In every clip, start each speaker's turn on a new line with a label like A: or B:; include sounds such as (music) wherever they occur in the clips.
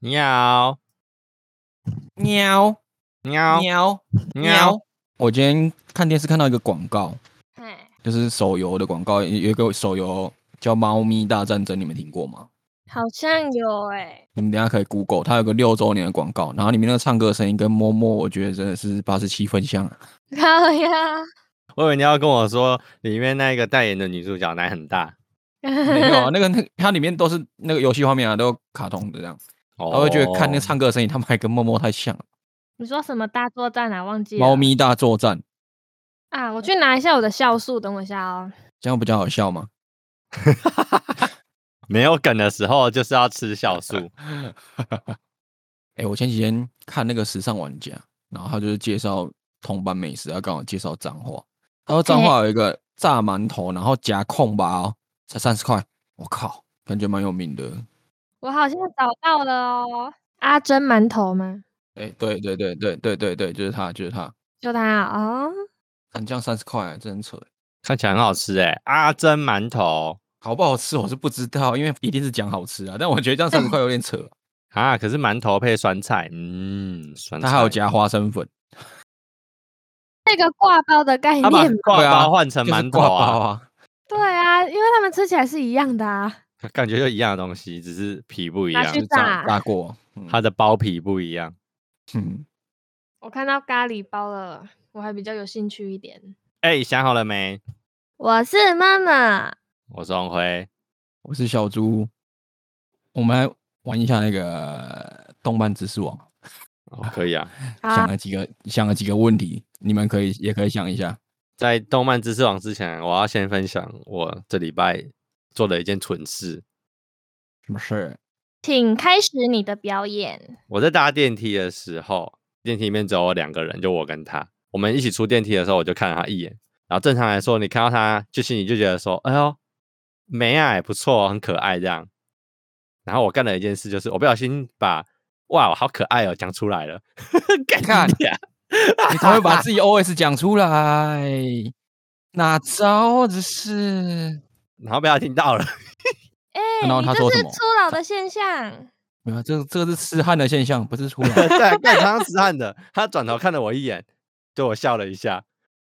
A: 喵
B: 喵
A: 喵
B: 喵
A: 喵，
B: 喵！我今天看电视看到一个广告，
C: 哎，
B: 就是手游的广告，有有一个手游叫《猫咪大战争》，你们听过吗？
C: 好像有哎、 (laughs)
B: 你们等一下可以 Google，它有个六周年的广告，然后里面那个唱歌的声音跟摸摸，我觉得真的是八十七分像啊。
C: 欸，好呀，
A: 我以为你要跟我说里面那个代言的女主角奶很大，
B: 没有啊，那个那个它里面都是那个游戏画面啊，都卡通的这样。
A: 我
B: 我会觉得看那个
A: 哦
B: 唱歌的声音，他们还跟摸摸太像了。
C: 你说什么大作战啊？忘记了
B: 猫咪大作战
C: 啊！我去拿一下我的酵素，等我一下哦。
B: 这样比较好笑吗？
A: 没有梗的时候就是要吃酵素。
B: (laughs) 哎、我前几天看那个《时尚玩家》，然后他就是介绍同班美食，他刚好介绍彰化，他说彰化有一个炸馒头，然后夹空吧哦，才三十块，我靠，感觉蛮有名的。
C: 我好像找到了哦，阿珍馒头吗？
B: 哎、对对对对对对对，就是他，就是他，
C: 就它啊哦，
B: 看这样三十块，真扯。欸
A: 看起来很好吃哎、阿珍馒头
B: 好不好吃我是不知道，因为一定是讲好吃啊，但我觉得这样三十块有点扯。
A: 啊，可是馒头配酸菜，嗯，酸菜。
B: 他还有加花生粉，
C: 那个挂包的概
A: 他把
C: 念吗，
A: 挂
B: 对啊
A: 包换成
B: 就是
A: 馒头
B: 挂包
A: 啊，
B: 啊，
C: 对啊，因为他们吃起来是一样的啊。
A: 感觉就一样的东西，只是皮不一
C: 拿
A: 样
C: 去，
B: 就是炸
C: 炸
B: 炸过。嗯
A: 它的包皮不一样。
B: 嗯，
C: 我看到咖喱包了，我还比较有兴趣一点。
A: 哎、想好了没？
C: 我是妈妈，
A: 我是红辉，
B: 我是小猪，我们来玩一下那个动漫知识网。
A: 哦，可以啊。
C: 好
B: 想，了几个想了几个问题，你们可以也可以想一下。
A: 在动漫知识网之前，我要先分享我这礼拜做的一件蠢事。
B: 什么事儿？
C: 请开始你的表演。
A: 我在搭电梯的时候，电梯里面只有我两个人，就我跟他。我们一起出电梯的时候，我就看了他一眼。然后正常来说，你看到他，就心里就觉得说：“哎呦，美啊，也不错哦，很可爱这样。”然后我干了一件事，就是我不小心把“哇，好可爱哦”讲出来了， (laughs) 干
B: 干
A: 你啊！
B: 你才会把自己 OS 讲出来，哪招子是？
A: 然后被他听到了，
C: 哎、
B: 然后
C: 你
B: 他
C: 这
B: 说什
C: 是
B: 么
C: 初老的现象。
B: 没有，这个这个是痴汉的现象，不是出来。
A: (laughs) 对，干他是汗的。他转头看了我一眼，对我笑了一下，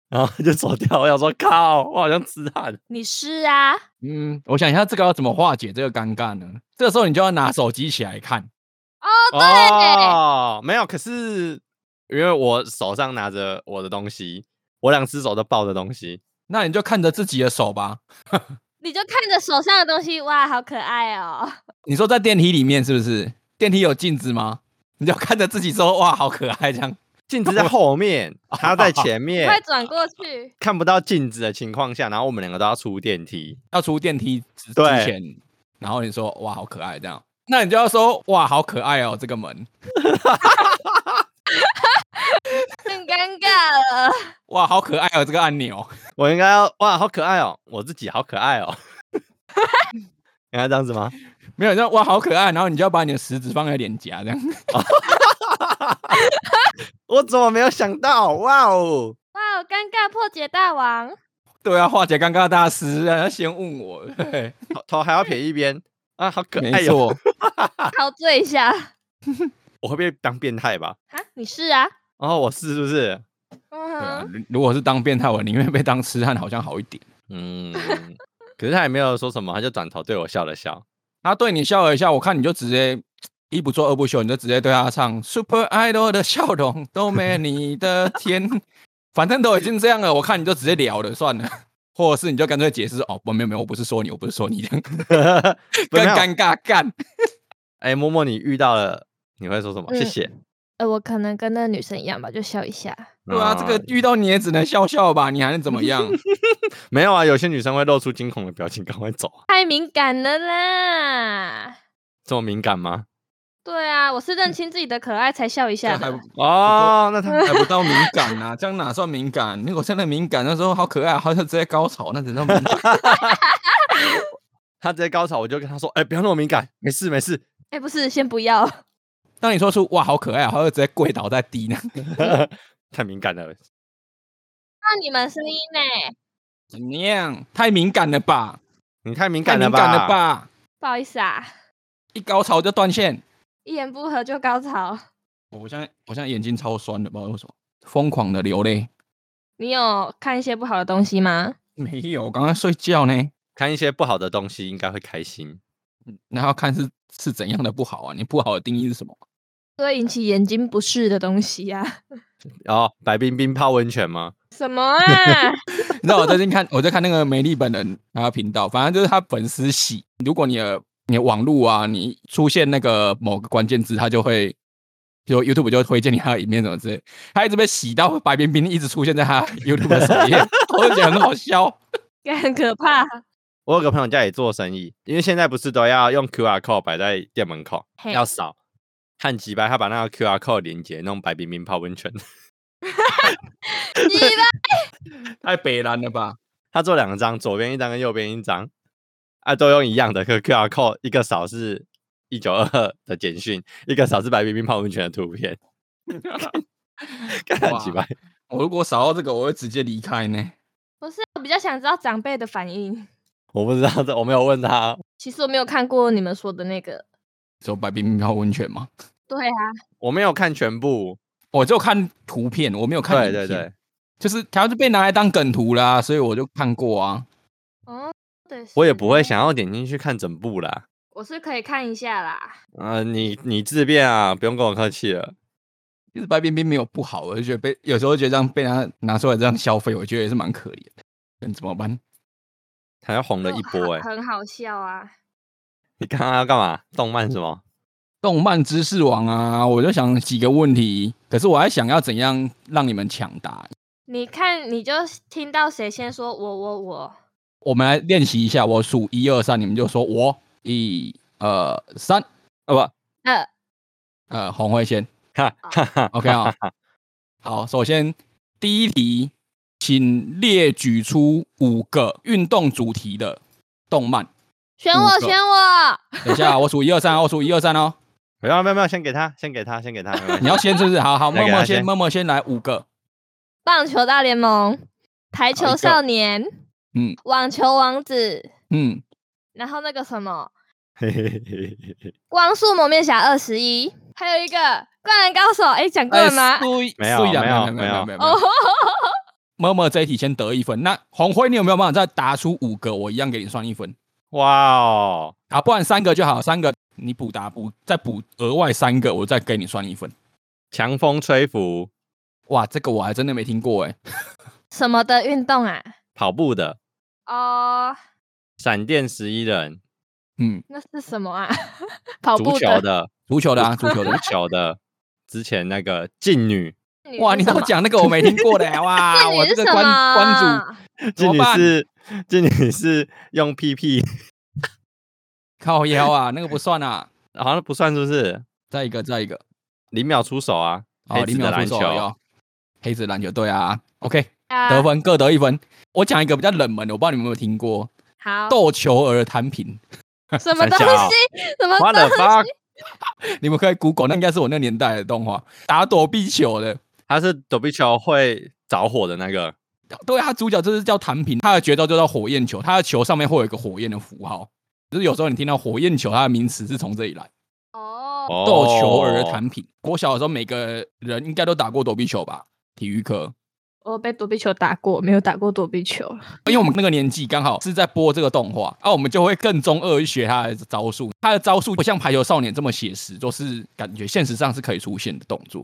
A: 然后就走掉。我想说，靠，我好像痴汉。
C: 你是啊，
B: 嗯，我想一下，这个要怎么化解这个尴尬呢？这个时候你就要拿手机起来看，
A: 哦，没有，可是因为我手上拿着我的东西，我两只手都抱着东西，
B: 那你就看着自己的手吧。
C: 你就看着手上的东西，哇，好可爱哦！
B: 你说在电梯里面是不是？电梯有镜子吗？你就看着自己说哇，好可爱这样。
A: 镜子在后面，他在前面，
C: 快转
A: (laughs)
C: 过去，
A: 看不到镜子的情况下，然后我们两个都要出电梯。
B: 要出电梯之之
A: 对
B: 前，然后你说哇好可爱这样，那你就要说哇好可爱哦这个门，
C: 更尴尬了。
B: 哇好可爱哦这个按钮， (laughs)
A: 我应该要哇，好可爱哦，我自己好可爱哦， (laughs) 应该这样子吗？
B: 没有你说哇好可爱，然后你就要把你的食指放在脸颊这样， (laughs)
A: 我怎么没有想到？哇哦！
C: 哇，尴尬破解大王，
B: 对啊化解尴尬大师啊，要先问我，对，哦
A: 头头还要撇一边啊，好可爱
B: 没
A: 哟、
B: 错，
C: 陶醉一下啊！
A: 我会被当变态吧？
C: 你是啊，
A: 哦，我是是不是？
B: (laughs) 对啊
C: 嗯，，
B: 如如果是当变态，我宁愿被当痴汉好像好一点。
A: 嗯，可是他也没有说什么，他就转头对我笑了 (laughs) 笑。
B: 他对你笑了一下，我看你就直接一不做二不休，你就直接对他唱 Super Idol 的笑容都没你的甜，反正都已经这样了，我看你就直接聊了算了， (laughs) 或者是你就干脆解释哦，我没有没有，我不是说你，我不是说你，这样
A: 没
B: 更
A: 有
B: 尴尬干。
A: 哎、默默，你遇到了，你会说什么？谢
C: 嗯
A: 谢。
C: 呃，我可能跟那个女生一样吧，就笑一下。
B: 对啊，这个
A: 哦
B: 遇到你也只能笑笑吧，你还能怎么样？
A: 没有啊，有些女生会露出惊恐的表情，赶快走啊。
C: 太敏感了啦！
A: 这么敏感吗？
C: 对啊，我是认清自己的可爱才笑一
B: 这嗯
C: 下
B: 样还
C: 的。
A: 哦，那他
B: (laughs) 还不到敏感啊，这样哪算敏感？如果真的敏感，那时候好可爱，啊好像直接高潮，那只能敏感。 (laughs)
A: 他直接高潮，我就跟他说，哎、不要那么敏感，没事没事。 (laughs)
C: 哎，不是，先不要。
B: 当你说出哇好可爱，啊好像直接跪倒在地呢。
A: 太敏感了，
C: 那你们声音呢？
B: 怎么样？太敏感了吧？
A: 你太敏
B: 太
A: 感了
B: 敏
A: 吧？
B: 感了吧？
C: 不好意思啊，
B: 一高潮就断线，
C: 一言不合就高潮。
B: 我现在我现在眼睛超酸的，不知道为什么，疯狂的流泪。
C: 你有看一些不好的东西吗？
B: 没有，我刚刚睡觉呢。
A: 看一些不好的东西应该会开心。
B: 那要看是是怎样的不好啊？你不好的定义是什么？
C: 会引起眼睛不适的东西呀、
A: 然后哦白冰冰泡温泉吗？
C: 什么啊？
B: 你知道我最近 (laughs) 看我在看那个美丽本人他的频道，反正就是他粉丝洗，如果你的你的网络啊，你出现那个某个关键字，他就会。就 YouTube 就会推荐你他的影片什么之类，他一直被洗到白冰冰一直出现在他 YouTube 的首 (laughs) 页，我就觉得很好笑。
C: (laughs) 也很可怕。
A: 我有个朋友家里做生意，因为现在不是都要用 QR code 摆在店门口
C: 嘿
A: 要扫，看几百他把那个 QR code 连接弄白冰冰泡温泉， (laughs)
C: 你呢？
B: 太北蓝了吧？
A: 他做两张，左边一张跟右边一张，啊，都用一样的可 QR code，一个扫是一九二二的简讯，一个扫是白冰冰泡温泉的图片，看很几
B: 哇
A: 百。
B: 我如果扫到这个，我会直接离开呢。
C: 不是，我比较想知道长辈的反应。
A: 我不知道这，我没有问他，
C: 其实我没有看过你们说的那个。
B: 说白冰冰泡温泉吗？
C: 对啊，
A: 我没有看全部。
B: 我就看图片，我没有看
A: 对
B: 影
A: 对
B: 片
A: 对，
B: 就是它就被拿来当梗图啦，所以我就看过啊。
C: 哦，对，
A: 我也
C: 是
A: 不会
C: 哦，
A: 想要点进去看整部啦。
C: 我是可以看一下啦。
A: 啊、你你自便啊，不用跟我客气了。
B: 其实白冰冰没有不好，我就觉得被有时候觉得这样被他拿出来这样消费，我觉得也是蛮可怜的。能怎么办？
A: 他要红了
B: 哦
C: 就
A: 一
C: 好
A: 波哎、
C: 很好笑啊。
A: (laughs) 你刚刚要干嘛？动漫什么？
B: 动漫知识网啊，我就想几个问题，可是我还想要怎样让你们抢答。
C: 你看，你就听到谁先说我我我，
B: 我们来练习一下，我数一二三，你们就说我一二三，啊
C: 呃，
B: 不，呃，红会先
A: 哈哈哈
B: OK 啊、好，首先第一题，请列举出五个运动主题的动漫。
C: 选
B: 五
C: 我
B: 个
C: 选我，
B: 等
A: (laughs)
B: 一下，我数一二三，我数一二三哦。
A: 没有没有没有，先给他，先给他，先给他。没关
B: 你
A: 系
B: 要先是不是？好好，
A: 来
B: 默
A: 给
B: 默
A: 他
B: 先，
A: 啊先
B: 默默先来五个。
C: 棒球大联盟、排
B: 一
C: 球
B: 个
C: 少年、
B: 嗯
C: 网球王子，
B: 嗯，
C: 然后那个什么
A: (laughs) 嘿嘿嘿嘿嘿嘿
C: 光速蒙面侠二十一，还有一个灌篮高手，哎，讲过
B: 哎
C: 了吗？
B: 虽
A: 没有
B: 虽然
A: 没有
B: 没
A: 没
B: 有
A: 有
B: 没有没
C: 哦
B: 有。，默默这一题先得一分。那红辉，你有没有办法再答出五个？我一样给你算一分。
A: 哇哦，
B: 啊，不然三个就好，三个你补答补，再补额外三个，我再给你算一分。
A: 强风吹拂，
B: 哇，这个我还真的没听过哎、
C: 什么的运动啊？
A: 跑步的，
C: 哦，
A: 闪电十一人，
B: 嗯，
C: 那是什么啊？ (laughs) 跑
A: 足
C: 步
A: 球的，
B: 足球的啊，足球
A: 足
B: 的。
A: 球的，之前那个劲女，
C: 女
B: (laughs) 哇，
C: 是
B: 你
C: 什
B: 都
C: 么
B: 讲那个我没听过的、哇，
C: 女
B: 我
C: (laughs) 是
B: 这个
C: 什
B: 关关主
C: 么啊
A: 劲女
B: 办
A: 是劲女是用屁屁，
B: 靠腰啊，那个不算啊。
A: 好像不算是不是？
B: 再一个，再一个，
A: 零秒出手啊，
B: 哦，
A: (laughs) 黑
B: 零
A: 子的
B: 秒
A: 篮
B: 出手
A: 球，
B: 哟，黑子篮球队啊，OK，
C: 啊
B: 得分各得一分。我讲一个比较冷门的，我不知道你们有没有听过
C: 好，
B: 斗球儿弹屏，
C: 什么
A: 三
C: 东
A: 小
C: 西？
B: 啊
C: 什么
A: 我
C: 东
A: 的妈！
B: (laughs) 你们可以 Google，那应该是我那年代的动画，打躲避球的。
A: 他是躲避球会着火的那个，
B: 对啊，主角就是叫弹屏，他的绝招就叫火焰球，他的球上面会有一个火焰的符号，就是有时候你听到火焰球，它的名词是从这里来。
C: 哦，
A: 哦
B: 斗球儿弹屏，国小的时候每个人应该都打过躲避球吧？体育课，
C: 我被躲避球打过，没有打过躲避球。
B: 因为我们那个年纪刚好是在播这个动画，啊，我们就会更中二去学他的招数。他的招数不像排球少年这么写实，就是感觉现实上是可以出现的动作。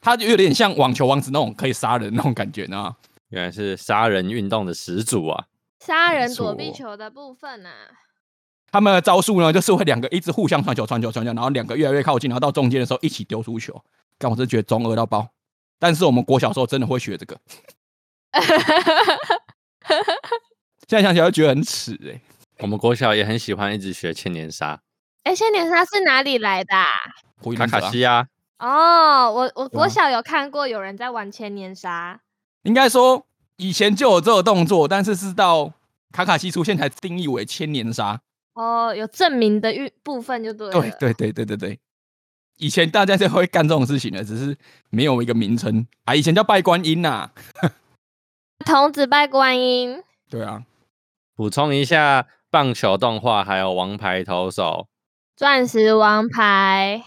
B: 他就有点像网球王子那种可以杀人那种感觉呢。
A: 原来是杀人运动的始祖啊！
C: 杀
B: 没
C: 人躲避
B: 错
C: 球的部分啊，
B: 他们的招数呢，就是会两个一直互相传球、传球、传球，然后两个越来越靠近，然后到中间的时候一起丢出球。干，我是觉得中二到爆。但是我们国小时候真的会学这个，现在想起来就觉得很耻哎、
A: 我们国小也很喜欢一直学千年杀，
C: 哎，千年杀是哪里来的啊、
B: 火影
A: 卡
B: 忍者啊
A: 卡西啊，
C: 哦，我我
B: 对啊
C: 国小有看过有人在玩千年杀，
B: 应该说以前就有这个动作，但是是到卡卡西出现才定义为千年杀。
C: 哦，有证明的运部分就对了。
A: 啊
B: 对对对对对对，以前大家就会干这种事情的，只是没有一个名称啊。以前叫拜观音呐、
C: 童子拜观音，
B: 对啊，
A: 补充一下棒球动画，还有王牌投手、
C: 钻石王牌，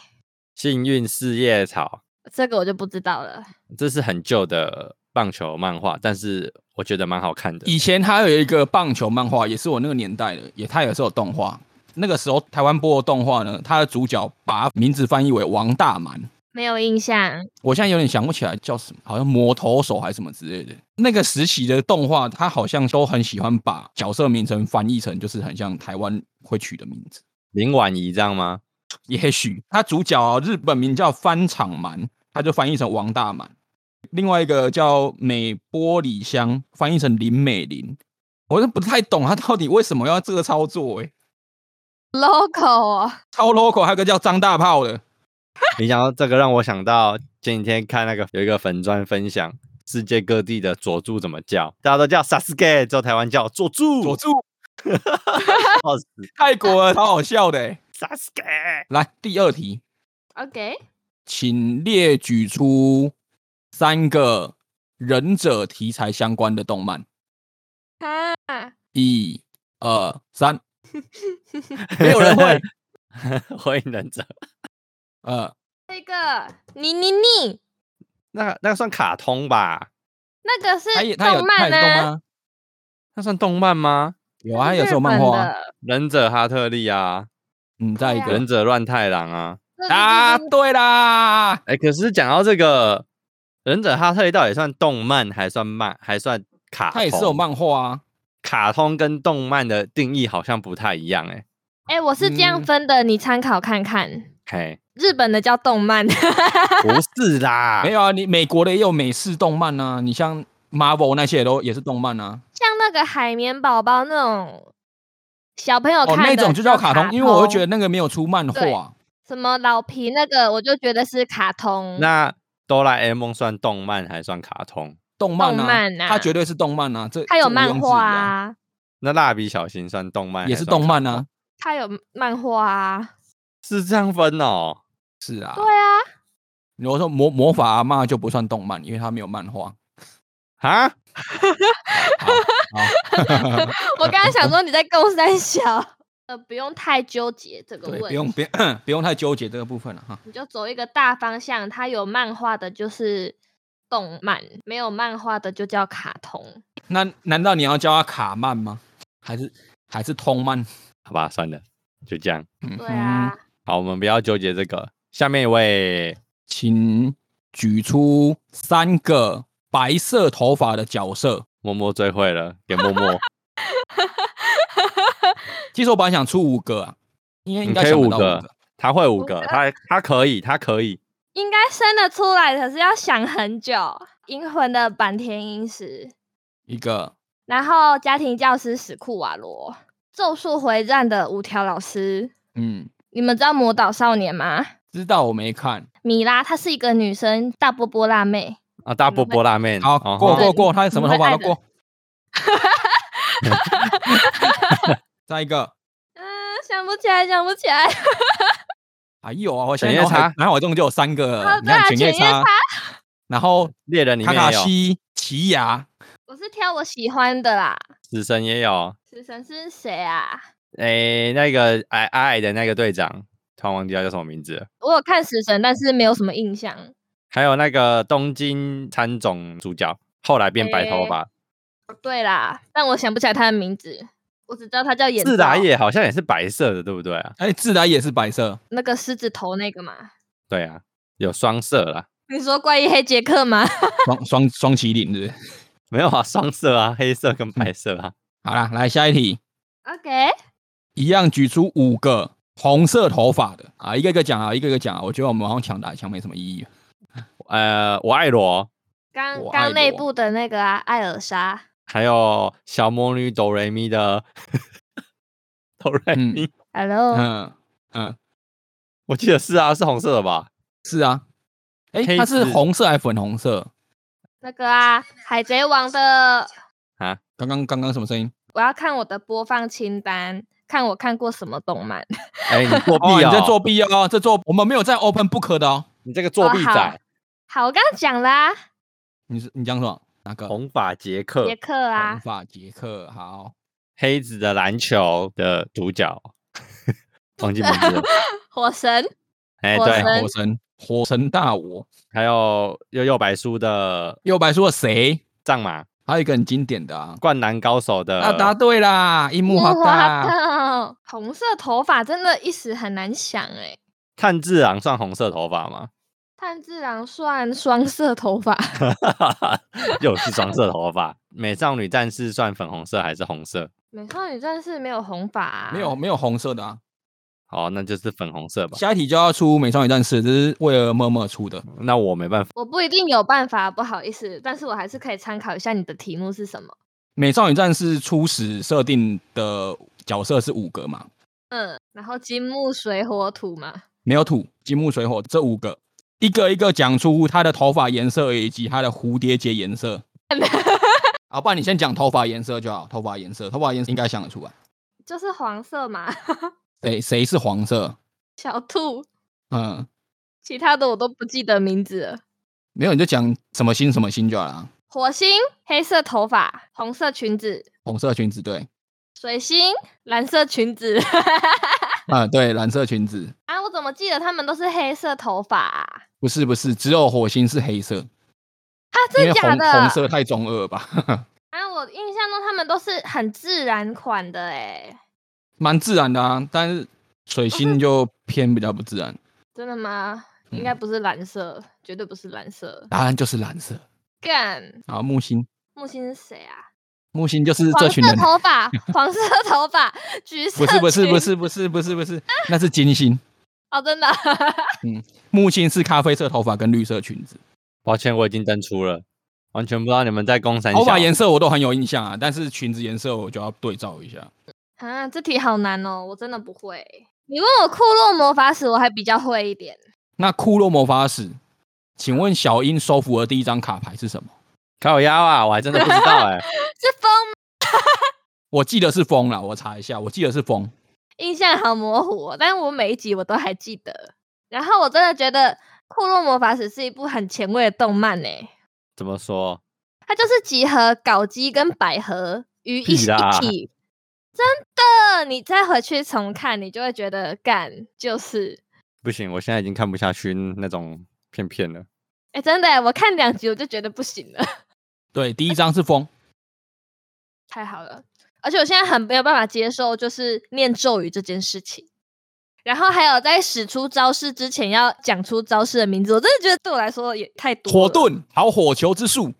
A: 幸运四叶草，
C: 这个我就不知道了。
A: 这是很旧的棒球漫画，但是我觉得蛮好看的。
B: 以前还有一个棒球漫画，也是我那个年代的，也它也是有动画。那个时候台湾播的动画呢，它的主角把名字翻译为王大满，
C: 没有印象，
B: 我现在有点想不起来叫什么，好像魔头手还是什么之类的。那个时期的动画，它好像都很喜欢把角色名称翻译成就是很像台湾会取的名字。
A: 林婉仪这样吗？ (laughs)
B: 也许他主角、啊日本名叫翻场蛮，他就翻译成王大满；另外一个叫美波里香，翻译成林美玲。我都不太懂他到底为什么要这个操作、欸，
C: logo 哦，
B: 超 local。还有个叫张大炮的，
A: 你讲到这个，让我想到前几天看那个有一个粉砖分享世界各地的佐助怎么叫，大家都叫 Sasuke，只有台湾叫佐助，
B: 佐助，
A: 笑死
B: 泰国的超好笑的、欸。
A: (laughs) Sasuke。
B: 来第二题，
C: OK，
B: 请列举出三个忍者题材相关的动漫。
C: 啊，
B: 一、二、三，没有人会。
A: (laughs) 火影忍者，
B: 呃，
C: 这个你你你，
A: 那个那个算卡通吧？
C: 那个是
B: 他也他有他
C: 动漫
B: 有动
C: 啊，
B: 漫，
A: 那算动漫吗？
B: 有啊，他
C: 是
B: 有时
C: 日
B: 候漫
C: 本
B: 画啊。
C: 的
A: 忍者哈特利啊，
B: 嗯，再一
C: 对啊
B: 个
A: 忍者乱太郎啊。
C: 这个
B: (laughs) 答
C: 就是
B: 对啦，
A: 哎、可是讲到这个忍者哈特利，到底算动漫还算漫，还算卡通？
B: 他也是有漫画啊。
A: 卡通跟动漫的定义好像不太一样、欸，
C: 哎、我是这样
B: 嗯
C: 分的，你参考看看。
A: 哎，
C: 日本的叫动漫， (laughs)
A: 嘿，不是啦，
B: 没
A: 有，
B: 有啊，你美国的也有美式动漫啊，你像 Marvel 那些也都也是动漫啊。
C: 像那个海绵宝宝那种小朋友
B: 哦，
C: 看
B: 那
C: 的、
B: 种就叫卡通，因为我会觉得
C: 得
B: 那个没有出漫
C: 对
B: 画。
C: 什么老皮那个，我就觉得是卡通。
A: 那哆啦 A 梦算动漫还算卡通？
B: 动漫
C: 动
B: 啊，
C: 漫
B: 它
C: 啊
B: 绝对是动漫啊，这
C: 它
B: 这
C: 有
B: 毋
C: 漫
B: 庸置疑
C: 画
B: 啊，
C: 啊，
A: 那蜡笔小新算动漫
B: 也
A: 还
B: 是
A: 算
B: 动
A: 卡
B: 漫
A: 通
B: 啊，，
C: 它有漫画啊，
A: 是这样分哦。
B: 是啊
C: 对。啊，
B: 如果说魔魔法阿嬷就不算动漫，因为它没有漫
C: (laughs)
B: 画。
A: 啊，
B: 好
C: (laughs) 我刚刚想说你在共三小， (laughs) 呃，不用太纠结这个
B: 对，
C: 问题，
B: 不用不用不用太纠结这个部分了哈。
C: 你就走一个大方向，它有漫画的就是动漫，没有漫画的就叫卡通。
B: 那难道你要叫它卡漫吗？还是还是通漫？嗯
A: 好吧，算了，就这样。
C: 对啊，
A: 好，我们不要纠结这个。下面一位，
B: 请举出三个白色头发的角色。
A: 默默最会了，给默默，
B: 其实我本来想出五个啊，因为应
A: 你
B: 该
A: 可以
B: 想不
A: 五
B: 到
A: 个
B: 个。
A: 他会五
C: 我
A: 个，他他可以，他可以。
C: 应该生得出来，可是要想很久。银魂的坂田银时，
B: 一个
C: 然后家庭教师史库瓦罗，咒术回战的五条老师，
B: 嗯，
C: 你们知道魔导少年吗？
B: 知道我没看。
C: 米拉她是一个女生，大波波辣妹。 (laughs)
A: 啊，大波
C: 会
A: 波辣妹，
B: 好，
A: 哦
B: 过
A: 吼
B: 过过，他什么头发都过。 (laughs) 再一个，
C: 嗯，想不起来，想不起来。
B: 还有啊，我现在
A: 犬夜
B: 脑海
A: 叉
B: 脑海中就有三个了。
C: 哦
B: 你
C: 对啊
B: 看犬夜
C: 犬夜
B: 叉，然后
A: 猎人里
B: 卡
A: 面
B: 卡
A: 也有，
B: 西、奇亚，
C: 我是挑我喜欢的啦。
A: 死神也有，
C: 死神是谁啊？
A: 诶、那个矮矮矮的那个队长，突然忘记他叫什么名字了。
C: 我有看死神，但是没有什么印象。
A: 还有那个东京参种主角，后来变白头
C: 诶
A: 发，
C: 哦对啦，但我想不起来他的名字，我只知道他叫眼
A: 自打
C: 罩
A: 野好像也是白色的，对不对啊？
B: 哎，自然也是白色。
C: 那个狮子头那个嘛。
A: 对啊，有双色啦，
C: 你说怪异黑杰克吗？
B: 双双双麒麟是不是？
A: 没有啊，双色啊，黑色跟白色啊。
B: 好啦，来下一题，
C: OK，
B: 一样举出五个红色头发的啊，一个一个讲啊，一个一个讲啊。我觉得我们好像抢答抢没什么意义。啊
A: 呃，我爱罗，
C: 刚
B: 我爱
C: 刚内
B: 罗
C: 部的那个啊，艾尔莎，
A: 还有小魔女哆瑞咪的 (laughs) 哆瑞
B: 嗯
A: 咪，
C: Hello，、
B: 嗯嗯，
A: 我记得是啊，是红色的吧？
B: 是啊。哎，
A: 黑
B: 它是
A: 子
B: 红色还是粉红色？
C: 那个啊，海贼王的，
B: 刚刚刚刚什么声音？
C: 我要看我的播放清单，看我看过什么动漫。 (laughs)
A: 哎、你作弊
B: 哦，
A: 啊、
B: 你在作弊哦，这做我们没有在 Open Book 的哦。
A: 你这个作
C: 哦
A: 弊
C: 好
A: 仔，
C: 好，我刚刚讲啦、
B: 你是你讲什么？哪个？
A: 红发杰
B: 呃
A: 克
C: 杰克
B: 红
C: 啊，
B: 发杰克。好，
A: 黑子
C: (laughs)
A: 的篮球的主角，忘记名字了。
C: 火神，
A: 哎、
C: 我
A: 对
C: 是，
B: 火神，火神大我，
A: 还有又右白书的
B: 右白说谁？
A: 藏马，
B: 还有一个很经典的啊，
A: 灌篮高手的
B: 啊，答对啦，樱木花
C: 哇
B: 道，
C: 靠 (laughs) 红色头发真的一时很难想哎、
A: 炭治郎算红色头发吗？ (laughs)
C: 炭治郎算双色头发， (laughs)
A: 又是双色头发。美少女战士算粉红色还是红色？
C: 美少女战士没有红发、啊，
B: 没有没有红色的啊。
A: 好，哦那就是粉红色吧。
B: 下一题就要出美少女战士，这是为了默默出的。
A: 那我没办法，
C: 我不一定有办法，不好意思，但是我还是可以参考一下你的题目是什么。
B: 美少女战士初始设定的角色是五个嘛，
C: 嗯，然后金木水火土嘛， (laughs)
B: 没有土、金木水火这五个，一个一个讲出她的头发颜色以及她的蝴蝶结颜色。好，不然你先讲头发颜色就好。头发颜色，头发颜色应该想得出来。
C: 就是黄色嘛， (laughs)
B: 谁谁是黄色？
C: 小兔，
B: 嗯，
C: 其他的我都不记得名字了。
B: 没有你就讲什么星什么星就好了啊。
C: 火星黑色头发，红色裙子；
B: 红色裙子对，
C: 水星蓝色裙子。 (laughs)
B: 啊、对，蓝色裙子
C: 啊，我怎么记得他们都是黑色头发啊？
B: 不是不是，只有火星是黑色，
C: 啊
B: 因为
C: 真的
B: 红
C: 假的？
B: 红色太中二吧， (laughs)
C: 啊，我印象中他们都是很自然款的哎，
B: 蛮自然的啊。但是水
C: 哦
B: 星就偏比较不自然，
C: 真的吗？应
B: 嗯
C: 该不是蓝色，绝对不是蓝色。
B: 答案就是蓝色。
C: 干，
B: 啊，木星，
C: 木星是谁啊？
B: 木星就是这
C: 黄
B: 群
C: 色
B: 人，(laughs)
C: 头发，黄色头发，橘色
B: 不是不是不
C: 裙
B: 是不是不是不是，那是金星。
C: 哦，真的 (laughs)
B: 木星是咖啡色头发跟绿色裙子，
A: 抱歉，我已经登出了，完全不知道你们在攻三小。
B: 头发颜色我都很有印象啊，但是裙子颜色我就要对照一下。
C: 啊，这题好难哦，我真的不会。你问我库洛魔法使，我还比较会一点。
B: 那骷髅魔法使，请问小樱收服的第一张卡牌是什么？
A: 靠腰啊，我还真的不知道哎、
C: 是风，
B: 我记得是风啦，我查一下，我记得是风。
C: 印象好模糊、哦，但我每一集我都还记得。然后我真的觉得《库洛魔法使》是一部很前卫的动漫呢，欸
A: 怎么说？
C: 它就是集合搞基跟百合于一
A: 屁啦
C: 一体。真的，你再回去重看，你就会觉得干就是
A: 不行，我现在已经看不下去那种片片了。
C: 哎、真的耶，我看两集我就觉得不行了。 (laughs)
B: 对，第一张是风，
C: 太好了！而且我现在很没有办法接受，就是念咒语这件事情。然后还有在使出招式之前要讲出招式的名字，我真的觉得对我来说也太哎多了。
B: 火遁，好火球之术，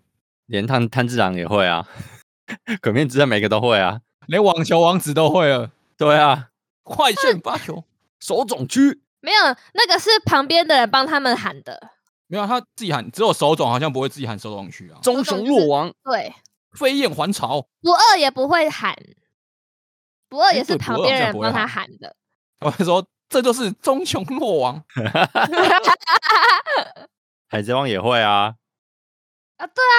A: 连炭炭治郎也会啊， (laughs) 鬼面之刃每个都会啊。
B: 连网球王子都会了，
A: 对啊，
B: 快旋发球。
A: 手冢区
C: 没有那个是旁边的人帮他们喊的，
B: 没有，他自己喊，只有手冢好像不会自己喊手冢区啊。
A: 棕熊落王，
C: 对，
B: 飞燕还朝，
C: 不二也不会喊，不二
B: 诶
C: 也是
B: 哎对
C: 旁
B: 不二好
C: 边
B: 像
C: 人
B: 不会
C: 帮他
B: 喊
C: 喊的。
B: 我会说这就是棕熊落王。
A: 海贼王也会啊。
C: 啊，对啊，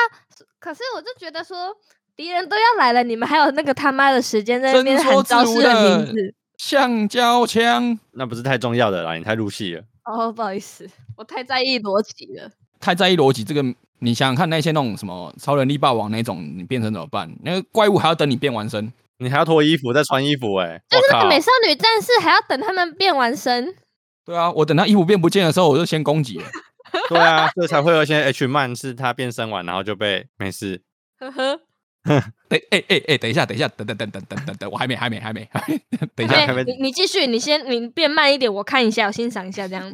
C: 可是我就觉得说，敌人都要来了，你们还有那个他妈的时间在那
B: 伸
C: 边
B: 缩
C: 喊招
B: 自如
C: 式的
B: 的
C: 名字？
B: 橡胶枪，
A: 那不是太重要的啦，你太入戏了。
C: 哦，不好意思，我太在意逻辑了。
B: 太在意逻辑。这个你想想看，那些那种什么超能力霸王那种，你变成怎么办？那个怪物还要等你变完身，
A: 你还要脱衣服再穿衣服、欸，
C: 就是那
A: 我
C: 个
A: 靠
C: 美少女战士还要等他们变完身，
B: 对啊，我等他衣服变不见的时候，我就先攻击了。
A: 对啊，所以才会有一些 H 漫是他变身完然后就被没事，
C: 呵呵，
B: 等哎哎哎，等一下，等一下，等等等等等等等，我还没还没还没，等一
A: 这样
C: 哎
B: 下，
A: 还没
C: 你你继续，你先你变慢一点，我看一下，我欣赏一下这样。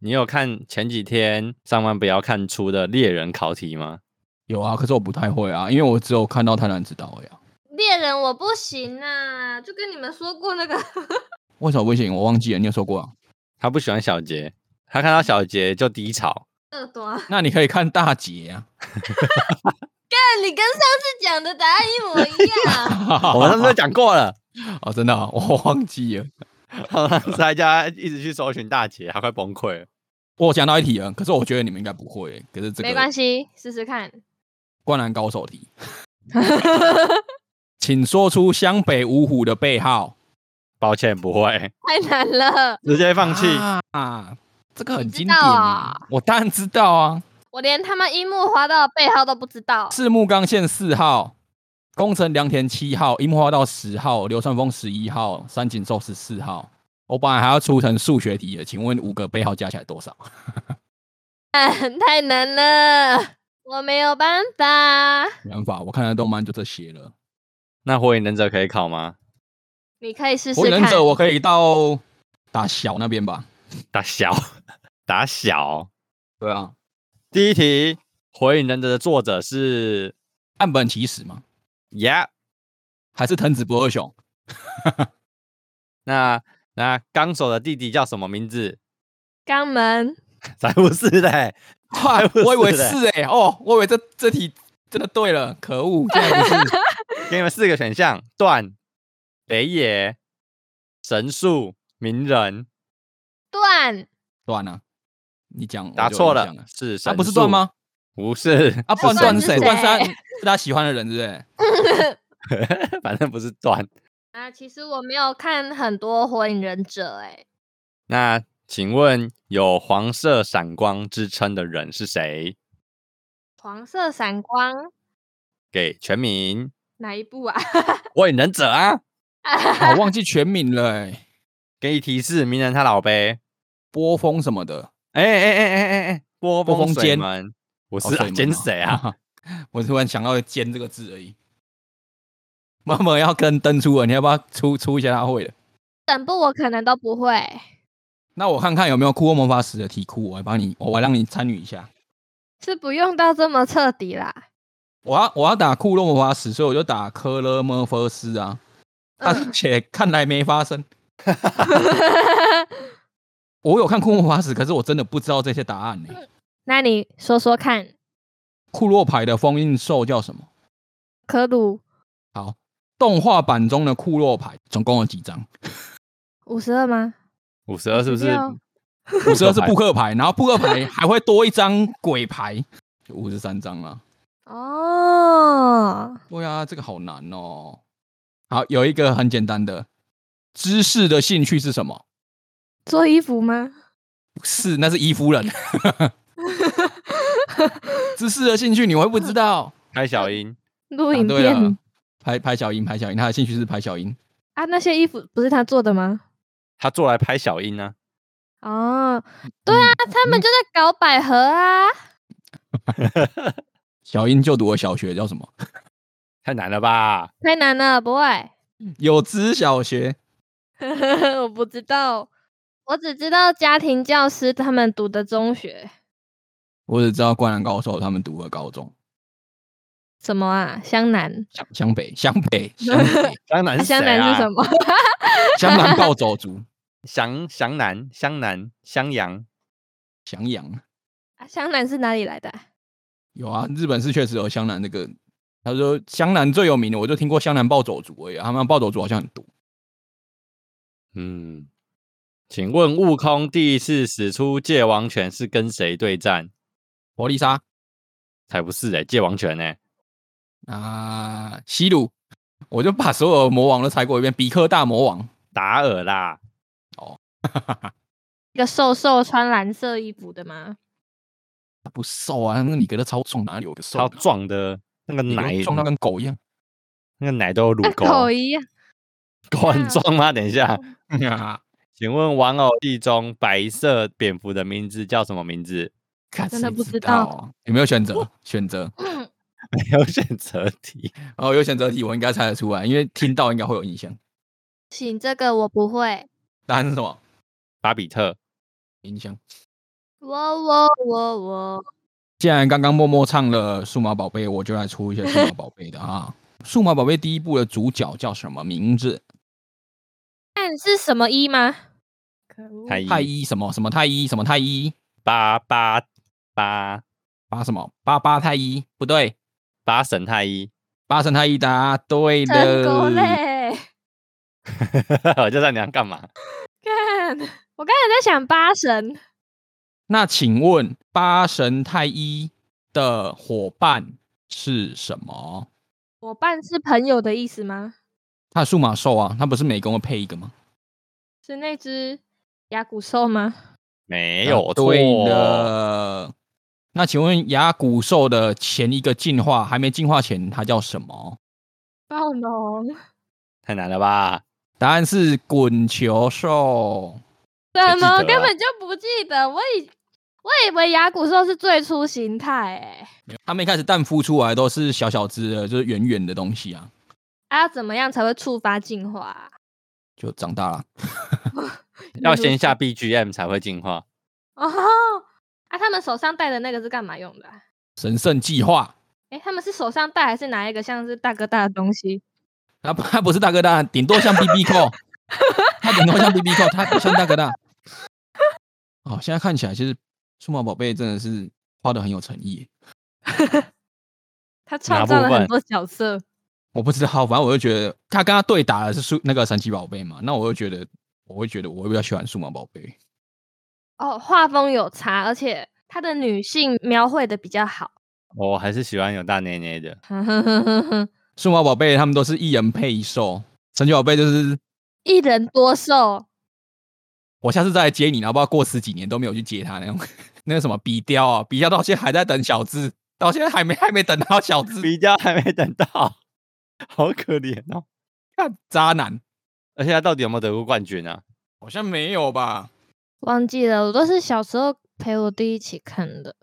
A: 你有看前几天上万不要看出的猎人考题吗？
B: 有啊，可是我不太会啊，因为我只有看到贪婪之道而已啊、
C: 猎人我不行啊，就跟你们说过那个 (laughs)
B: 为什么不行？我忘记了，你有说过啊？
A: 他不喜欢小杰，他看到小杰就低潮。
C: 耳朵啊，
B: 那你可以看大姐啊。 (laughs)
C: 但 (laughs) 你跟上次讲的答案一模一样。 (laughs)
A: 我们上次就讲过了，
B: 哦，真的啊、我忘记了。
A: 我上次还叫他一直去搜寻大姐，他快崩溃了。
B: 我讲到一题了，可是我觉得你们应该不会、可是这个
C: 没关系，试
B: (laughs)
C: 试看。
B: 灌篮高手题，请说出湘北五虎的背号。
A: 抱歉，不会，
C: 太难了，
A: (laughs) 直接放弃。
B: 啊，这个很
C: 你知
B: 经
C: 道
B: 典、欸
C: 啊
B: 我当然知道啊，
C: 我连他们樱木花道的背号都不知道。
B: 赤木刚宪四号，宫城良田七号，樱木花道十号，流川枫十一号，三井寿十四号。我本来还要出成数学题的，请问五个背号加起来多少？
C: (laughs) 太难了，我没有办法。
B: 没办法，我看的动漫就这些了。
A: 那火影忍者可以考吗？
C: 你可以试试
B: 火影忍
C: 看。
B: 者我可以到打小那边吧？
A: 打小 (laughs) 打小。
B: 对啊，
A: 第一题，火影忍者的作者是
B: 岸本齐史吗？
A: Yeah。
B: 还是藤子不二雄？
A: 那那纲手的弟弟叫什么名字？ (laughs)
C: 肛门，
A: 才不是嘞！
B: (laughs) 哇，
A: 不
B: 我以为
A: 是嘞
B: 是哎、哦，我以为这这题真的对了，可 (laughs) 恶，竟然不是
A: 给你们四个选项：段、北野、神树、鸣人。
C: 断 (laughs)
B: 段啊！你讲我就
A: 答错
B: 有印
A: 了
B: 象了，
A: 是神
B: 啊，
A: 树
B: 不是段？吗？
A: 不是， (laughs)
B: 啊，不然
C: 那
B: 段是
C: 段是
B: 谁？段是他
C: 谁
B: 是他喜欢的人，对不 (laughs) 对？
A: 反正不是段。
C: 啊！其实我没有看很多火影忍者、哎，
A: 那请问有黄色闪光之称的人是谁？
C: 黄色闪光
A: 给全民
C: 哪一部啊？ (laughs)
A: 火影忍者啊！
B: 啊我忘记全名了、欸，
A: 给你提示，鸣人他老呗。
B: 波峰什么的，
A: 哎哎哎哎哎哎，波
B: 波
A: 峰
B: 峰
A: 水
B: 间
A: 门，我
B: 哦
A: 是
B: 水
A: 啊
B: 门
A: 兼
B: 哦
A: 谁啊？？
B: (laughs) 我突然想到“尖”这个字而已。妈妈要跟登出了，你要不要出出一下他会的？
C: 整部我可能都不会。
B: 那我看看有没有酷沃魔法使的题库，我来帮你，我来让你参与一下。
C: 是不用到这么彻底啦。
B: 我要我要打库洛魔法使，所以我就打科勒莫菲斯 (laughs) 啊， (laughs) 而
C: 嗯，
B: 且看来没发生。我有看库洛魔法使，可是我真的不知道这些答案
C: 嗯
B: 呢、
C: (laughs) 那你说说看，
B: 库洛牌的封印兽叫什么？
C: 可鲁
B: 好，动画版中的库洛牌总共有几张？
C: 五十二吗？
A: 五十二是不是？
C: 56
B: 五十
A: (laughs)
B: 二是扑克牌，然后扑克牌还会多一张鬼牌，就五十三张啦。
C: 哦，
B: 对啊，这个好难哦。好，有一个很简单的，知识的兴趣是什么？
C: 做衣服吗？
B: 不是，那是伊夫
C: (laughs)
B: 人。知识的兴趣你会不知道？
A: 开小樱，
C: (laughs) 录
B: 答
C: 影
B: 啊对
C: 片
B: 了，拍拍小樱，拍小樱，他的兴趣是拍小樱。
C: 啊那些衣服不是他做的吗？
A: 他做来拍小樱呢、
C: 哦，
A: 嗯
C: 对啊，他们就在搞百合啊。
B: 小樱就读的小学叫什么？
A: 太难了吧？
C: 太难了，不
A: (laughs)
C: 会，
B: 有知小学。
C: 我不知道，我只知道家庭教师他们读的中学
B: 我只知道《灌篮高手》他们读的高中，
C: 什么啊，湘南，
B: 湘湘北，湘北， (laughs) 湘北，
A: 湘南
C: 啊
A: 是谁
C: 湘南
A: 啊
C: 是什么？ (laughs)
B: 湘南暴走族，
A: 湘湘南、湘南、襄阳，
B: 湘阳。
C: 啊湘南是哪里来的啊？
B: 有啊，日本是确实有湘南这个。他说湘南最有名的，我就听过湘南暴走族而已啊、他们暴走族好像很多。
A: 嗯，请问悟空第一次使出界王拳是跟谁对战？
B: 佛利沙
A: 才不是哎、界王拳呢、
B: 啊，西鲁，我就把所有魔王都猜过一遍，比克大魔王。
A: 达尔啦，
C: 一个瘦瘦穿蓝色衣服的吗？
B: 他不瘦啊，那个米格的超壮，哪里有个瘦的
A: 超
B: 啊？
A: 壮的那个
B: 米格
A: 奶，
B: 壮到跟狗
C: (laughs)
B: 一样。
A: 那个奶都有乳
C: 跟
A: 沟
C: 狗，一样，
A: 狗很壮吗？等一下，
B: 啊
A: 请问玩偶地中白色蝙蝠的名字叫什么名字？
B: 看
C: 真的
B: 谁
C: 不
B: 知
C: 知道
B: 啊有没有选择？选择
A: 没有选择题，
B: 哦，有选择题，我应该猜得出来，因为听到应该会有印象。
C: 请这个我不会。
B: 答案是什么？
A: 巴比特。
B: 印象。
C: 我我我我，
B: 既然刚刚默默唱了《数码宝贝》，我就来出一些《数码宝贝》的啊。《数码宝贝》第一部的主角叫什么名字？
C: 看是什么衣吗？可恶
A: 太一
B: 太一什么什么太一什么太一
A: 八八八
B: 八什么八八太一不对，
A: 八神太一， (laughs)
B: 八神太一答对
C: 成功
B: 了。
C: 嘞！
A: 我就让你要干嘛？
C: 看，我刚才在想八神，
B: 那请问八神太一的伙伴是什么？
C: 伙伴是朋友的意思吗？
B: 他的数码兽啊，他不是每跟我配一个吗？
C: 是那只牙骨兽吗？
A: 没有
B: 答
A: 错
B: 啊对了。那请问牙骨兽的前一个进化还没进化前，它叫什么？
C: (laughs) 暴龙，
A: 太难了吧？
B: 答案是滚球兽。
C: 怎
A: 记得
C: 么根
A: 啊
C: 本就不记得？我以我以为牙骨兽是最初形态、欸，
B: 他们一开始蛋孵出来都是小小只的，就是圆圆的东西啊，
C: 哎、啊，要怎么样才会触发进化啊、
B: 就长大了。
A: 要先下 BGM 才会进化。
C: 哦，啊，他们手上戴的那个是干嘛用的啊、
B: 神圣计划，
C: 哎、他们是手上戴还是拿一个像是大哥大的东西？
B: 他不他不是大哥大，顶多像 B
A: (laughs)
B: B 扣，他顶多像 B B 扣，他不像大哥大。哦，现在看起来其实数码宝贝真的是画的很有诚意耶。
C: 他
A: 哪
C: 创
A: 部
C: 造了很
A: 分
C: 多角色，
B: 我不知道，反正我就觉得他跟他对打的是数那个神奇宝贝嘛，那我就觉得我会觉得我会比较喜欢数码宝贝。
C: 哦，画风有差，而且他的女性描绘的比较好。 (laughs)
A: 我还是喜欢有大捏捏的，
B: 数码宝贝他们都是一人配一兽，神奇宝贝就是
C: 一人多兽，
B: 我下次再来接你，然后不知道过十几年都没有去接他那种 (laughs) 那个什么比雕啊，比雕到现在还在等小智，到现在还没还没等到小智， (laughs)
A: 比较还没等到，好可怜哦。
B: 看渣男
A: 而且他到底有没有得过冠军啊？
B: 好像没有吧？
C: 忘记了，我都是小时候陪我弟一起看的。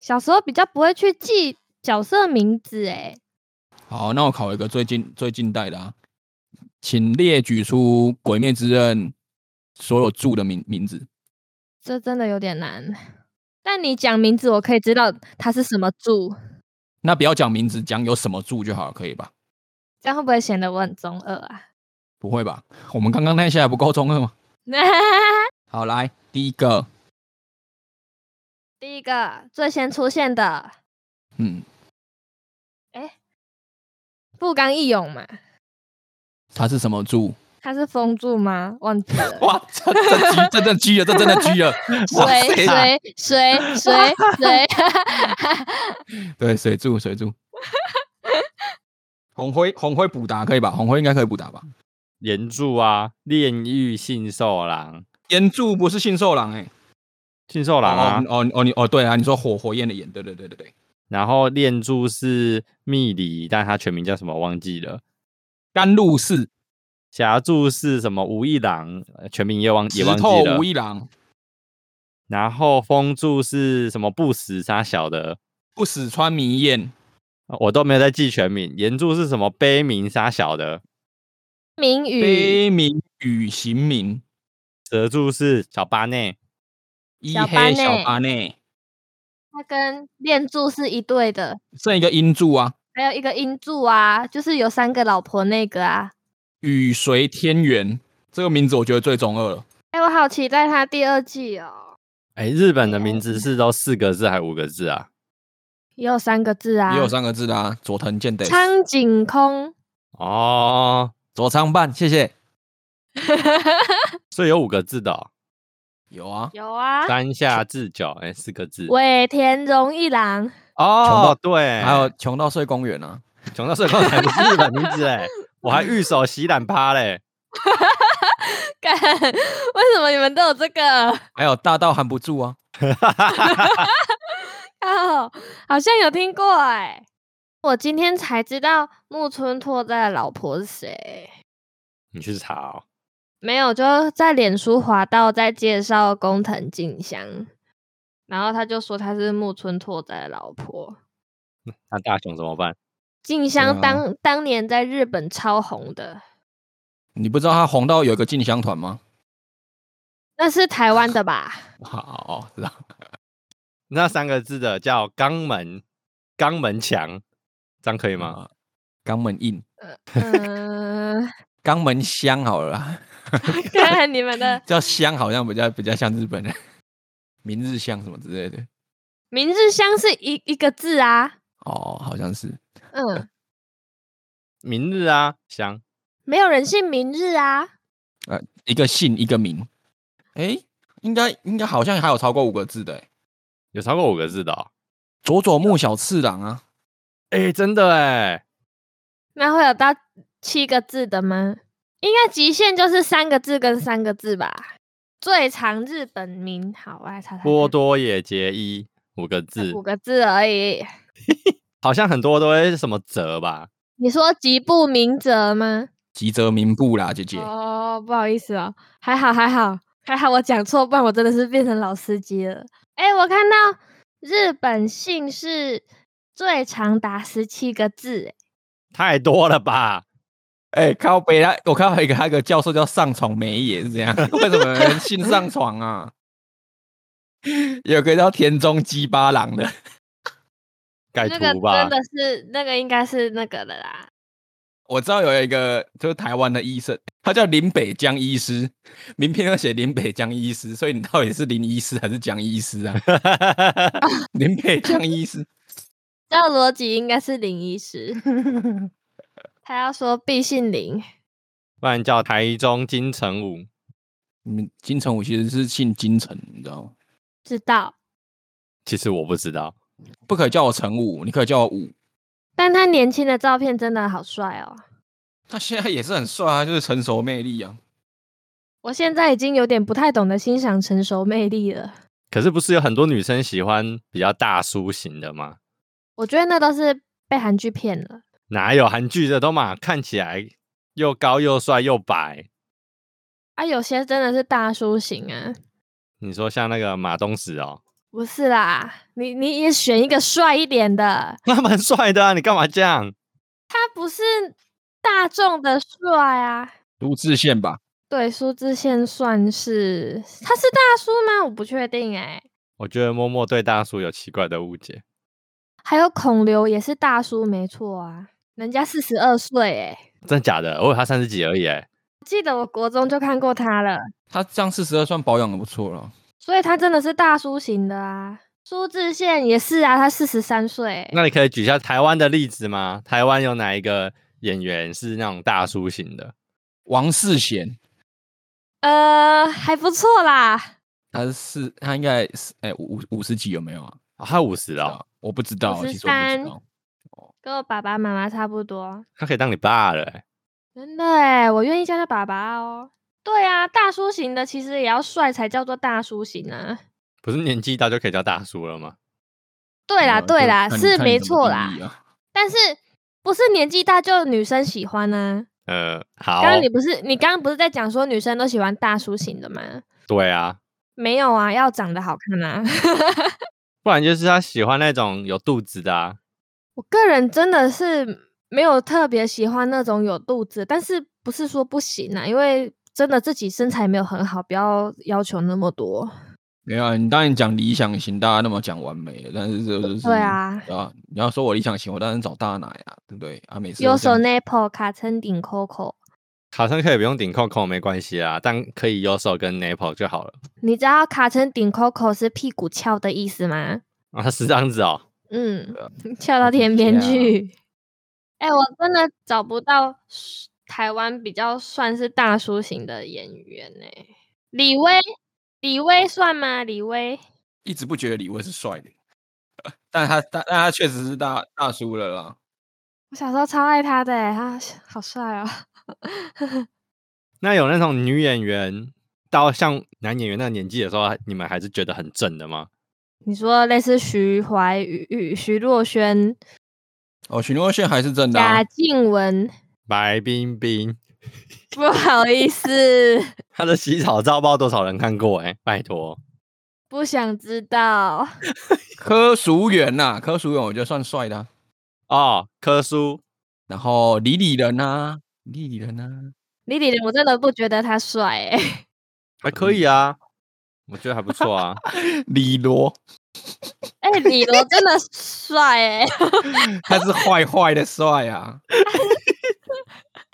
C: 小时候比较不会去记角色名字，哎，
B: 好，那我考一个最近最近代的、啊，请列举出《鬼灭之刃》所有柱的名名字。
C: 这真的有点难。但你讲名字，我可以知道他是什么柱，
B: 那不要讲名字，讲有什么柱就好了，可以吧？
C: 这样会不会显得我很中二啊？ (laughs)
B: 不会吧？我们刚刚那一下还不够中二吗？好，来第一个，
C: 第一个最先出现的
B: 嗯，
C: 富冈义勇嘛，
B: 他是什么柱？
C: 他是风柱吗？忘记了。
B: (laughs) 哇，这这狙，这真的狙了，这真的狙了！哇
C: 水
B: 塞啊
C: 水水
B: (laughs)
C: 水水，
B: 对，水柱，水柱。红灰，红灰补打可以吧？红灰应该可以补打吧？
A: 岩柱啊，炼狱信受狼，
B: 岩柱不是信兽狼哎、
A: 信受狼啊，
B: 哦哦哦你哦对啊，你说火火焰的焰，对对对对对，
A: 然后炼柱是密里，但他全名叫什么忘记了。
B: 甘露寺
A: 霞柱是什么？无一郎，呃全名也忘也
B: 石
A: 忘
B: 头
A: 记了
B: 无。一郎，
A: 然后风柱是什么？不死杀小的，
B: 不死川迷焰，
A: 呃我都没有在记全名。岩柱是什么？悲鸣杀小的。
C: 明宇
B: 悲鸣与行鸣，
A: 蛇柱是小巴内，
B: 一
C: 小巴
B: 黑小
C: 内
B: 巴内，
C: 他跟恋柱是一对的，
B: 剩一个音柱啊，
C: 还有一个英柱啊，就是有三个老婆那个啊。
B: 与随天元，这个名字我觉得最中二了。
C: 哎、我好期待他第二季哦，
A: 哎，日本的名字是都四个字还是五个字啊？
C: 也有三个字啊
B: 也，有三个字的啊，佐藤健的
C: 苍井空，
A: 哦，
B: 佐仓办，谢谢。
A: 所以有五个字的哦、
B: 有啊，
C: 有啊，
A: 山下智久，哎，四个字。
C: 尾田荣一郎， (laughs)
A: 穷到
B: 哦，
A: 对，
B: 还有穷到睡公园啊，
A: 穷到最后才不是日本名字哎，我还御手洗懒趴嘞。
C: 干，为什么你们都有这个？ (laughs)
B: 还有大到含不住啊。
C: 哦，好像有听过哎、我今天才知道木村拓哉的老婆是谁。
A: (laughs) 你去查、哦，
C: 没有，就在脸书滑到在介绍工藤静香，然后他就说她是木村拓哉的老婆。
A: 那大雄怎么办？
C: 静香
B: 啊
C: 当、当年在日本超红的，
B: 你不知道他红到有一个进香团吗？
C: 那是台湾
A: (laughs)
C: 的吧？
B: 好哦，知道。
A: 那三个字的叫肛门，肛门墙，这样可以吗？
B: (laughs) 啊肛门印、
C: 嗯、 (laughs)
B: 肛门香好了啦， (laughs)
C: 看看你们的
B: 叫香好像比较比较像日本人， (laughs) 明日香什么之类的。
C: 明日香是一一个字啊。
B: 哦，好像是。
C: 嗯，
A: 明日啊，香，
C: 没有人姓明日啊。
B: 呃，一个姓一个名。哎、应该应该好像还有超过五个字的、欸，
A: 有超过五个字的、哦。
B: 佐佐木小次郎啊，
A: 哎、真的哎，
C: 那会有到七个字的吗？应该极限就是三个字跟三个字吧。最长日本名，好，我来查查看。
A: 波多野结衣五个字
C: 五，个字而已。
A: 好像很多都会是什么泽吧？
C: 你说吉布明哲吗？
B: 吉泽明步啦，姐姐。
C: 哦，不好意思哦，还好还好还好，我讲错，不然我真的是变成老司机了。哎，我看到日本姓氏最长达十七个字，哎，
A: 太多了吧？
B: 哎、靠北啦！我看到一个，他有一个教授叫上床美也是这样，为什么人 (laughs) 姓上床啊？有个叫田中基八郎的，
A: 改
C: 那个
A: 图吧
C: 真的？是那个应该是那个的啦。
B: 我知道有一个就是台湾的医生，他叫林北江医师，名片上写林北江医师，所以你到底是林医师还是江医师啊？ (laughs) 林北江医师，
C: 这个逻辑应该是林医师， (laughs) 他要说必姓林，
A: (laughs) 不然叫台中金城武。
B: 你们金城武其实是姓金城，你知道吗？
C: 知道，
A: 其实我不知道，
B: 不可以叫我陈武，你可以叫我武。
C: 但他年轻的照片真的好帅哦。
B: 他现在也是很帅啊，就是成熟魅力啊。
C: 我现在已经有点不太懂得欣赏成熟魅力了，
A: 可是不是有很多女生喜欢比较大叔型的吗？
C: 我觉得那都是被韩剧骗了。
A: 哪有韩剧的都嘛看起来又高又帅又白？
C: 啊，有些真的是大叔型啊，
A: 你说像那个马东石哦， (laughs)
C: 不是啦，你你也选一个帅一点的，
A: 那蛮帅的啊，你干嘛这样？
C: 他不是大众的帅啊。
B: 卢志宪吧，
C: 对，苏志燮算是他是大叔吗？我不确定哎、
A: 我觉得默默对大叔有奇怪的误解。
C: 还有孔刘也是大叔，没错啊，人家四十二岁哎，
A: 真假的？我以为他三十几而已欸，
C: 记得我国中就看过他了，
B: 他这样四十二算保养的不错了。
C: 所以他真的是大叔型的啊。苏志燮也是啊，他四十三岁欸，
A: 那你可以举一下台湾的例子吗？台湾有哪一个演员是那种大叔型的？
B: 王世贤，
C: 呃，还不错啦，
B: 他是四，他应该是哎五五十几有没有啊？
A: 啊、他五十了哦、
B: 啊，我不知道啊，其实我不知
C: 53
B: 道。
C: 跟我爸爸妈妈差不多，
A: 他可以当你爸了欸、
C: 真的哎，我愿意叫他爸爸哦。对啊，大叔型的其实也要帅才叫做大叔型啊。
A: 不是年纪大就可以叫大叔了吗？
C: 对啦，
B: 哦啊就
C: 对啦，
B: 看你
C: 是
B: 看你
C: 没
B: 怎么
C: 错
B: 定
C: 啦
B: 义，啊
C: 但是不是年纪大就女生喜欢呢、
A: 呃，好
C: 刚，刚
B: 哦
C: 你不是你刚刚不是在讲说女生都喜欢大叔型的吗？
A: 对啊，
C: 没有啊，要长得好看啊。 (laughs)
A: 不然就是他喜欢那种有肚子的啊。
C: 我个人真的是没有特别喜欢那种有肚子，但是不是说不行啊？因为真的自己身材没有很好，不要要求那么多。
B: 没有啊，你当然讲理想型，大家那么讲完美了，但是这就是
C: 对啊，
B: 啊，你要说我理想型，我当然找大奶啊，对不对？啊，每次都
C: 右
B: 这
C: 手
B: 样
C: n a p o 卡称顶 Coco，
A: 卡森可以不用顶扣扣没关系啦，但可以右手跟 Naple 就好了。
C: 你知道卡称顶 Coco 是屁股翘的意思吗？
A: 啊，是这样子哦。
C: 嗯
B: 对啊，
C: 翘到
B: 屁股
C: 天边
B: 翘
C: 去。哎、我真的找不到是台湾比较算是大叔型的演员呢、李威，李威算吗？李威，
B: 一直不觉得李威是帅的，但他但但他确实是大大叔了啦。
C: 我小时候超爱他的、欸，他好帅哦、
A: 那有那种女演员到像男演员那个年纪的时候，你们还是觉得很正的吗？
C: 你说类似徐怀钰、徐若瑄、
B: 哦，许诺炫还是真的、啊
C: 贾，静雯，
A: 白冰冰，
C: 不好意思，
A: 她的洗澡照不知道多少人看过哎、拜托。
C: 不想知道。
B: 柯淑媛呐、柯淑媛我觉得算帅的啊、
A: 哦，柯叔，
B: 然后李李仁啊，李李仁啊，
C: 李李仁，我真的不觉得他帅、
B: (laughs)
C: 欸，
A: 还可以啊，我觉得还不错
B: (laughs)
A: 啊。
B: 李罗，
C: 哎、李罗真的帅、欸，
B: 他是坏坏的帅啊。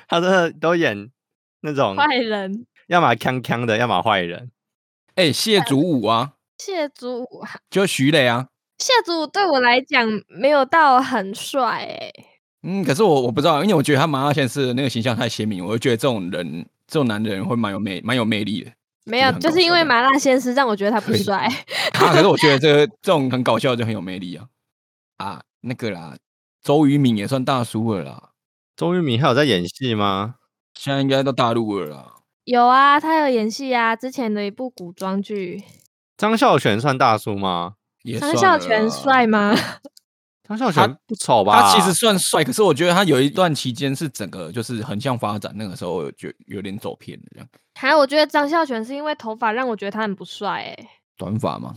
A: 他真的都演那
B: 嗯
A: 种
C: 坏人。
A: 要么康康的，要么坏人。
B: 哎、谢祖武啊，
C: 谢祖武啊，
B: 就徐磊啊。
C: 谢祖武对我来讲没有到很帅、欸，
B: 嗯，可是我我不知道，因为我觉得他马大宪是那个形象太鲜明，我就觉得这种人，这种男人会蛮有魅，蛮有魅力的。
C: 没
B: 真
C: 有
B: 的，很
C: 就
B: 搞
C: 是因
B: 笑
C: 为
B: 这样
C: 麻辣鲜师让我觉得他不
B: 对 (laughs)
C: 帅。
B: 啊，可是我觉得这个这种很搞笑就很有魅力啊。啊，那个啦，周渝民也算大叔了啦，
A: 周渝民还有在演戏吗？
B: 现在应该到大陆了啦。
C: 有啊，他有演戏啊，之前的一部古装剧，
A: 张孝全算大叔吗？
B: 也
C: 张
B: 算
C: 孝
B: 了
C: 全
B: 啦
C: 帅吗？
A: 张孝全不丑吧？
B: 他其实算帅，可是我觉得他有一段期间是整个就是横向发展，那个时候我觉有点走偏了，这样
C: 还有，我觉得张孝全是因为头发让我觉得他很不帅、欸，
B: 短发嘛。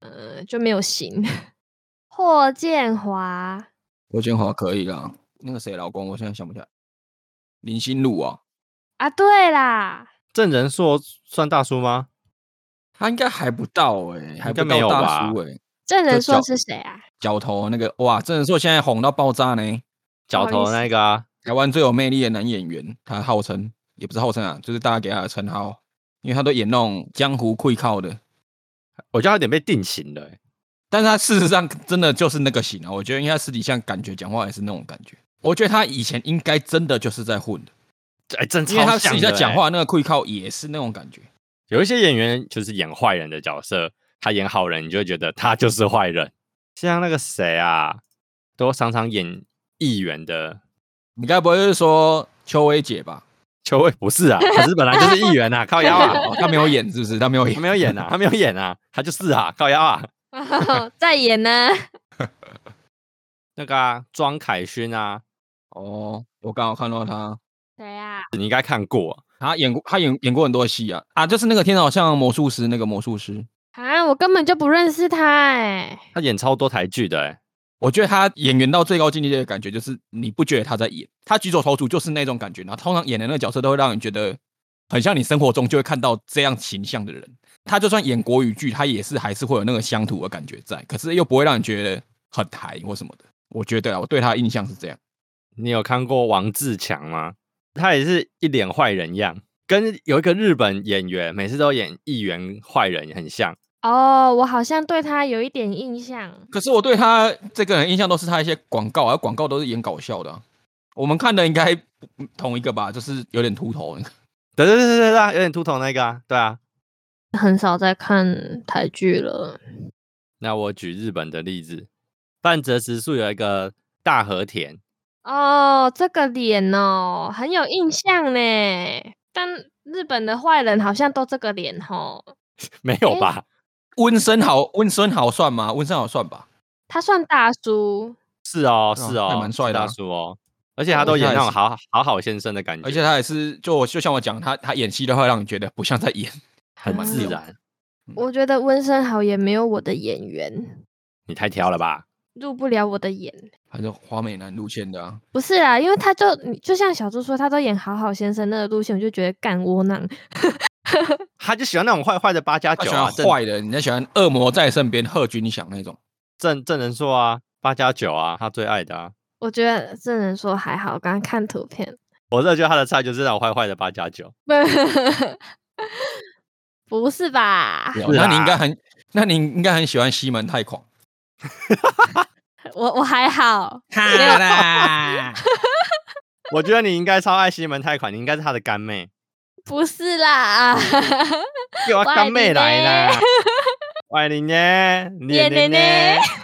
C: 呃，就没
B: (laughs)
C: 有型。霍建华，
B: 郭建华可以啦，那个谁老公我现在想不起来，林心如啊，
C: 啊，对啦，
A: 郑仁硕算大叔吗？
B: 他应该还不到哎、还不
A: 应该没有
B: 到大
A: 吧
B: 叔哎、欸，
C: 郑仁
B: 叫
C: 硕是谁啊？ (laughs)
B: 角头那个哇，郑仁硕现在红到爆炸呢，
A: 角
C: 不好意
A: 头
C: 思
A: 那个啊，
B: 台湾最有魅力的男演员，他号称也不是号称啊，就是大家给他的称号，因为他都演那种江湖愧靠的，
A: 我觉得他有点被定型了欸、
B: 但是他事实上真的就是那个型啊，我觉得应该私底下感觉讲话也是那种感觉。我觉得他以前应该真的就是在混的，
A: 哎、真超
B: 因为他私
A: 像
B: 底下
A: 的
B: 讲
A: 欸
B: 话那个愧靠也是那种感觉。
A: 有一些演员就是演坏人的角色，他演好人，你就会觉得他就是坏人。像那个谁啊，都常常演议员的，
B: 你该不会是说邱薇姐吧？
A: 邱伟不是啊，他是本来就是议
B: (laughs)
A: 员啊，靠腰啊，
B: 哦他没有演是不是？他没有
A: 他
B: (laughs) 演，
A: 没有演啊，他没有演啊，他就是啊，靠腰啊。
C: 在演呢、
A: 那个啊，庄凯勋啊，
B: 哦，我刚好看到他，
C: 谁呀、
A: 你应该看过，
B: 他演过，他演演过很多戏啊啊，就是那个天好像魔术师那个魔术师，
C: 啊？我根本就不认识他哎、
A: 他演超多台剧的、欸，
B: 我觉得他演员到最高境界的感觉就是你不觉得他在演，他举手投足就是那种感觉，然后通常演的那个角色都会让你觉得很像你生活中就会看到这样形象的人。他就算演国语剧，他也是还是会有那个乡土的感觉在，可是又不会让你觉得很台或什么的。我觉得啊，我对他的印象是这样。
A: 你有看过王志强吗？他也是一脸坏人样，跟有一个日本演员每次都演议员坏人很像。
C: 哦，我好像对他有一点印象。
B: 可是我对他这个人印象都是他一些广告啊，广告都是演搞笑的啊、我们看的应该嗯同一个吧，就是有点秃头那个。
A: 对对对对对啊，有点秃头那个啊，对啊，
C: 很少在看台剧了，
A: 那我举日本的例子，半泽直树有一个大和田，
C: 哦，这个脸哦，很有印象呢。但日本的坏人好像都这个脸吼，
A: 没有
C: 诶
A: 吧？
B: 温森豪，温森豪算吗？温森豪算吧。
C: 他算大叔，
A: 是哦，
B: 是哦
A: 是
B: 还
A: 哦，
B: 蛮帅
A: 是
B: 的啊
A: 大叔哦，而且
B: 而
A: 他都
B: 且他
A: 演
B: 也
A: 那种
B: 是
A: 好好好先生的感觉，
B: 而且他也是，就我就像我讲，他他演戏的话，让你觉得不像在演。
A: 很
C: 啊
A: 自然。
C: 我觉得温升豪也没有我的眼缘，
A: 你太挑了吧？
C: 入不了我的眼。
B: 还是华美男路线的啊，
C: 不是啦，因为他就你就像小猪说，他都演好好先生那个路线，我就觉得干窝囊。
A: 他就喜欢那种坏坏的八加
B: 他
A: 九
B: 喜
A: 啊，
B: 欢
A: 郑
B: 坏的，人家喜欢恶魔在身边，贺军翔那种。
A: 郑郑仁硕啊，八加九啊，他最爱的啊。
C: 我觉得这人说还好，刚刚看图片，
A: 我真的觉得他的菜就是那种坏坏的八加九。
C: 不 (laughs) 不是吧？
A: 是
B: 那你
A: 啊
B: 应该很，那你应该很喜欢西门太狂。
C: 我我还好，
B: 哈啦，
A: 我觉得你应该超爱西门泰款，你应该是他的干妹，
C: 不是啦， (laughs)
A: 给我干妹来啦！喂，你呢？
C: 念
A: 你
C: 念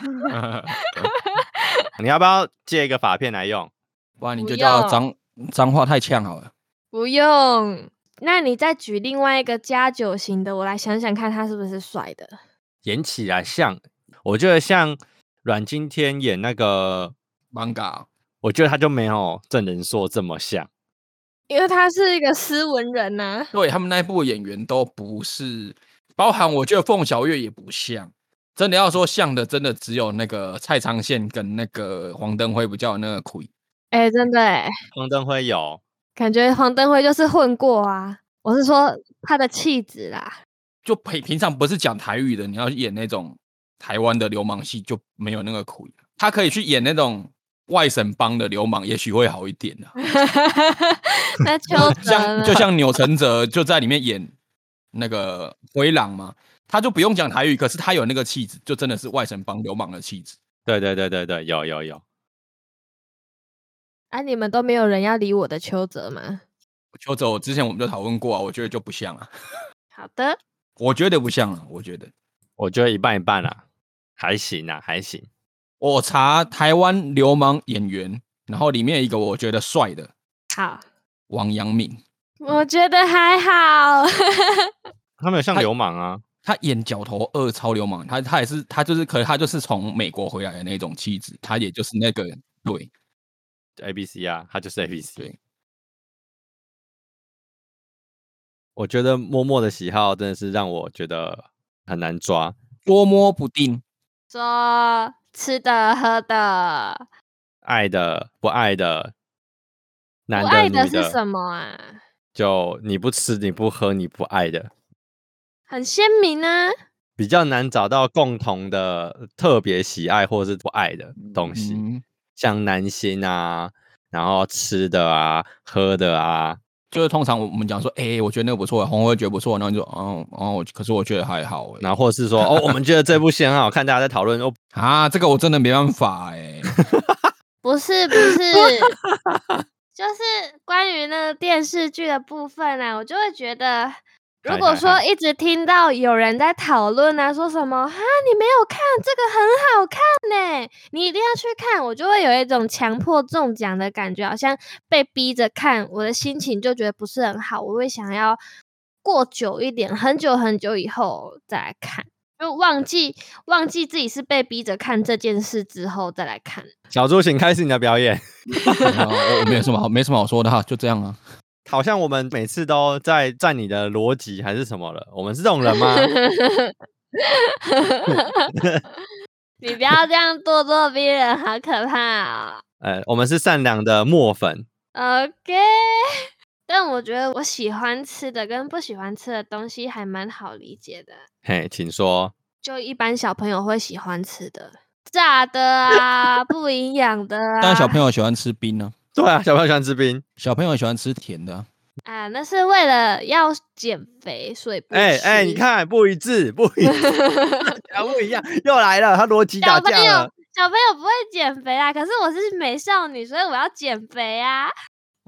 A: 呢？你要不要借一个发片来用？
B: (laughs) 不然你就
C: 不
B: 叫
C: 要
B: 脏脏话太呛好了。
C: 不用。那你再举另外一个加九型的，我来想想看他是不是帅的。
A: 演起来像，我觉得像阮经天演那个，
B: manga 啊
A: 我觉得他就没有郑仁硕这么像。
C: 因为他是一个斯文人呐、
B: 对他们那一部的演员都不是，包含我觉得凤小岳也不像。真的要说像的，真的只有那个蔡昌宪跟那个黄登辉比较有那个魁。
C: 哎、真的哎、
A: 黄登辉有，
C: 感觉黄登辉就是混过啊。我是说他的气质 (laughs) 啦，
B: 就平平常不是讲台语的，你要演那种台湾的流氓戏就没有那个苦。他可以去演那种外省帮的流氓，也许会好一点的、
C: 那邱泽
B: 像
C: 呢
B: 就像钮承泽就在里面演那个灰狼嘛，他就不用讲台语，可是他有那个气质，就真的是外省帮流氓的气质。
A: 对对对对对，有有有。
C: 啊，你们都没有人要理我的邱泽吗？
B: 邱泽，我之前我们就讨论过啊，我觉得就不像啊，
C: 好的，
B: 我觉得不像啊了，我觉得。
A: 我觉得一半一半啦、还行啊，还行。
B: 我查台湾流氓演员，然后里面一个我觉得帅的
C: 好，
B: 王阳明，
C: 我觉得还好。
A: 他们有像
B: 他
A: 流氓啊，
B: 他演角头二超流氓，他他也是他就是，可是他就是从美国回来的那种妻子，他也就是那个对
A: A B C 啊，他就是 A B C
B: 对。
A: 我觉得默默的喜好真的是让我觉得很难抓，
B: 捉摸不定，
C: 说吃的喝的，
A: 爱的不爱的，
C: 不
A: 男
C: 爱
A: 的女
C: 是什
A: 的，
C: 么啊？
A: 就你不吃你不喝你不爱的，
C: 很鲜明啊，
A: 比较难找到共同的特别喜爱或是不爱的东西。
B: 嗯，
A: 像男星啊，然后吃的啊、喝的啊，
B: 就是通常我我们讲说，哎、我觉得那个不错，红会觉得不错，然后你说，哦哦，我可是我觉得还好，哎，
A: 然后或是说哦，我们觉得这部戏很好看，大家在讨论哦，
B: 啊，这个我真的没办法，哎，
C: 不是不
A: (laughs)
C: 是，就是关于那个电视剧的部分啊，我就会觉得，如
A: 嗨
C: 果
A: 嗨
C: 说
A: 嗨
C: 一直听到有人在讨论啊，说什么哈，你没有看这个很好看呢、你一定要去看，我就会有一种强迫中奖的感觉，好像被逼着看，我的心情就觉得不是很好，我会想要过久一点，很久很久以后再来看。就忘记忘记自己是被逼着看这件事之后再来看，
A: 小猪，请开始你的表演。 (laughs)
B: 没有我我没有什么好没什么好说的哈，就这样啊，
A: 好像我们每次都在站你的逻辑还是什么了，我们是这种人吗？
C: (laughs) 你不要这样咄咄逼人，好可怕啊、
A: 呃，我们是善良的墨粉，
C: OK，但我觉得我喜欢吃的跟不喜欢吃的东西还蛮好理解的，
A: 嘿，请说。
C: 就一般小朋友会喜欢吃的，炸的
A: (laughs)
C: 啊，不营养的啊。
B: 但是小朋友喜欢吃冰呢、
A: 对啊，小朋友喜欢吃冰。
B: 小朋友喜欢吃甜的啊、
C: 啊，那是为了要减肥，所以不
A: 哎哎，你
C: 吃。
A: 看不一致，不一致，啊不一样，又来了，他逻辑打
C: 小朋
A: 架了
C: 友。，小朋友不会减肥啊啦。可是我是美少女，所以我要减肥啊。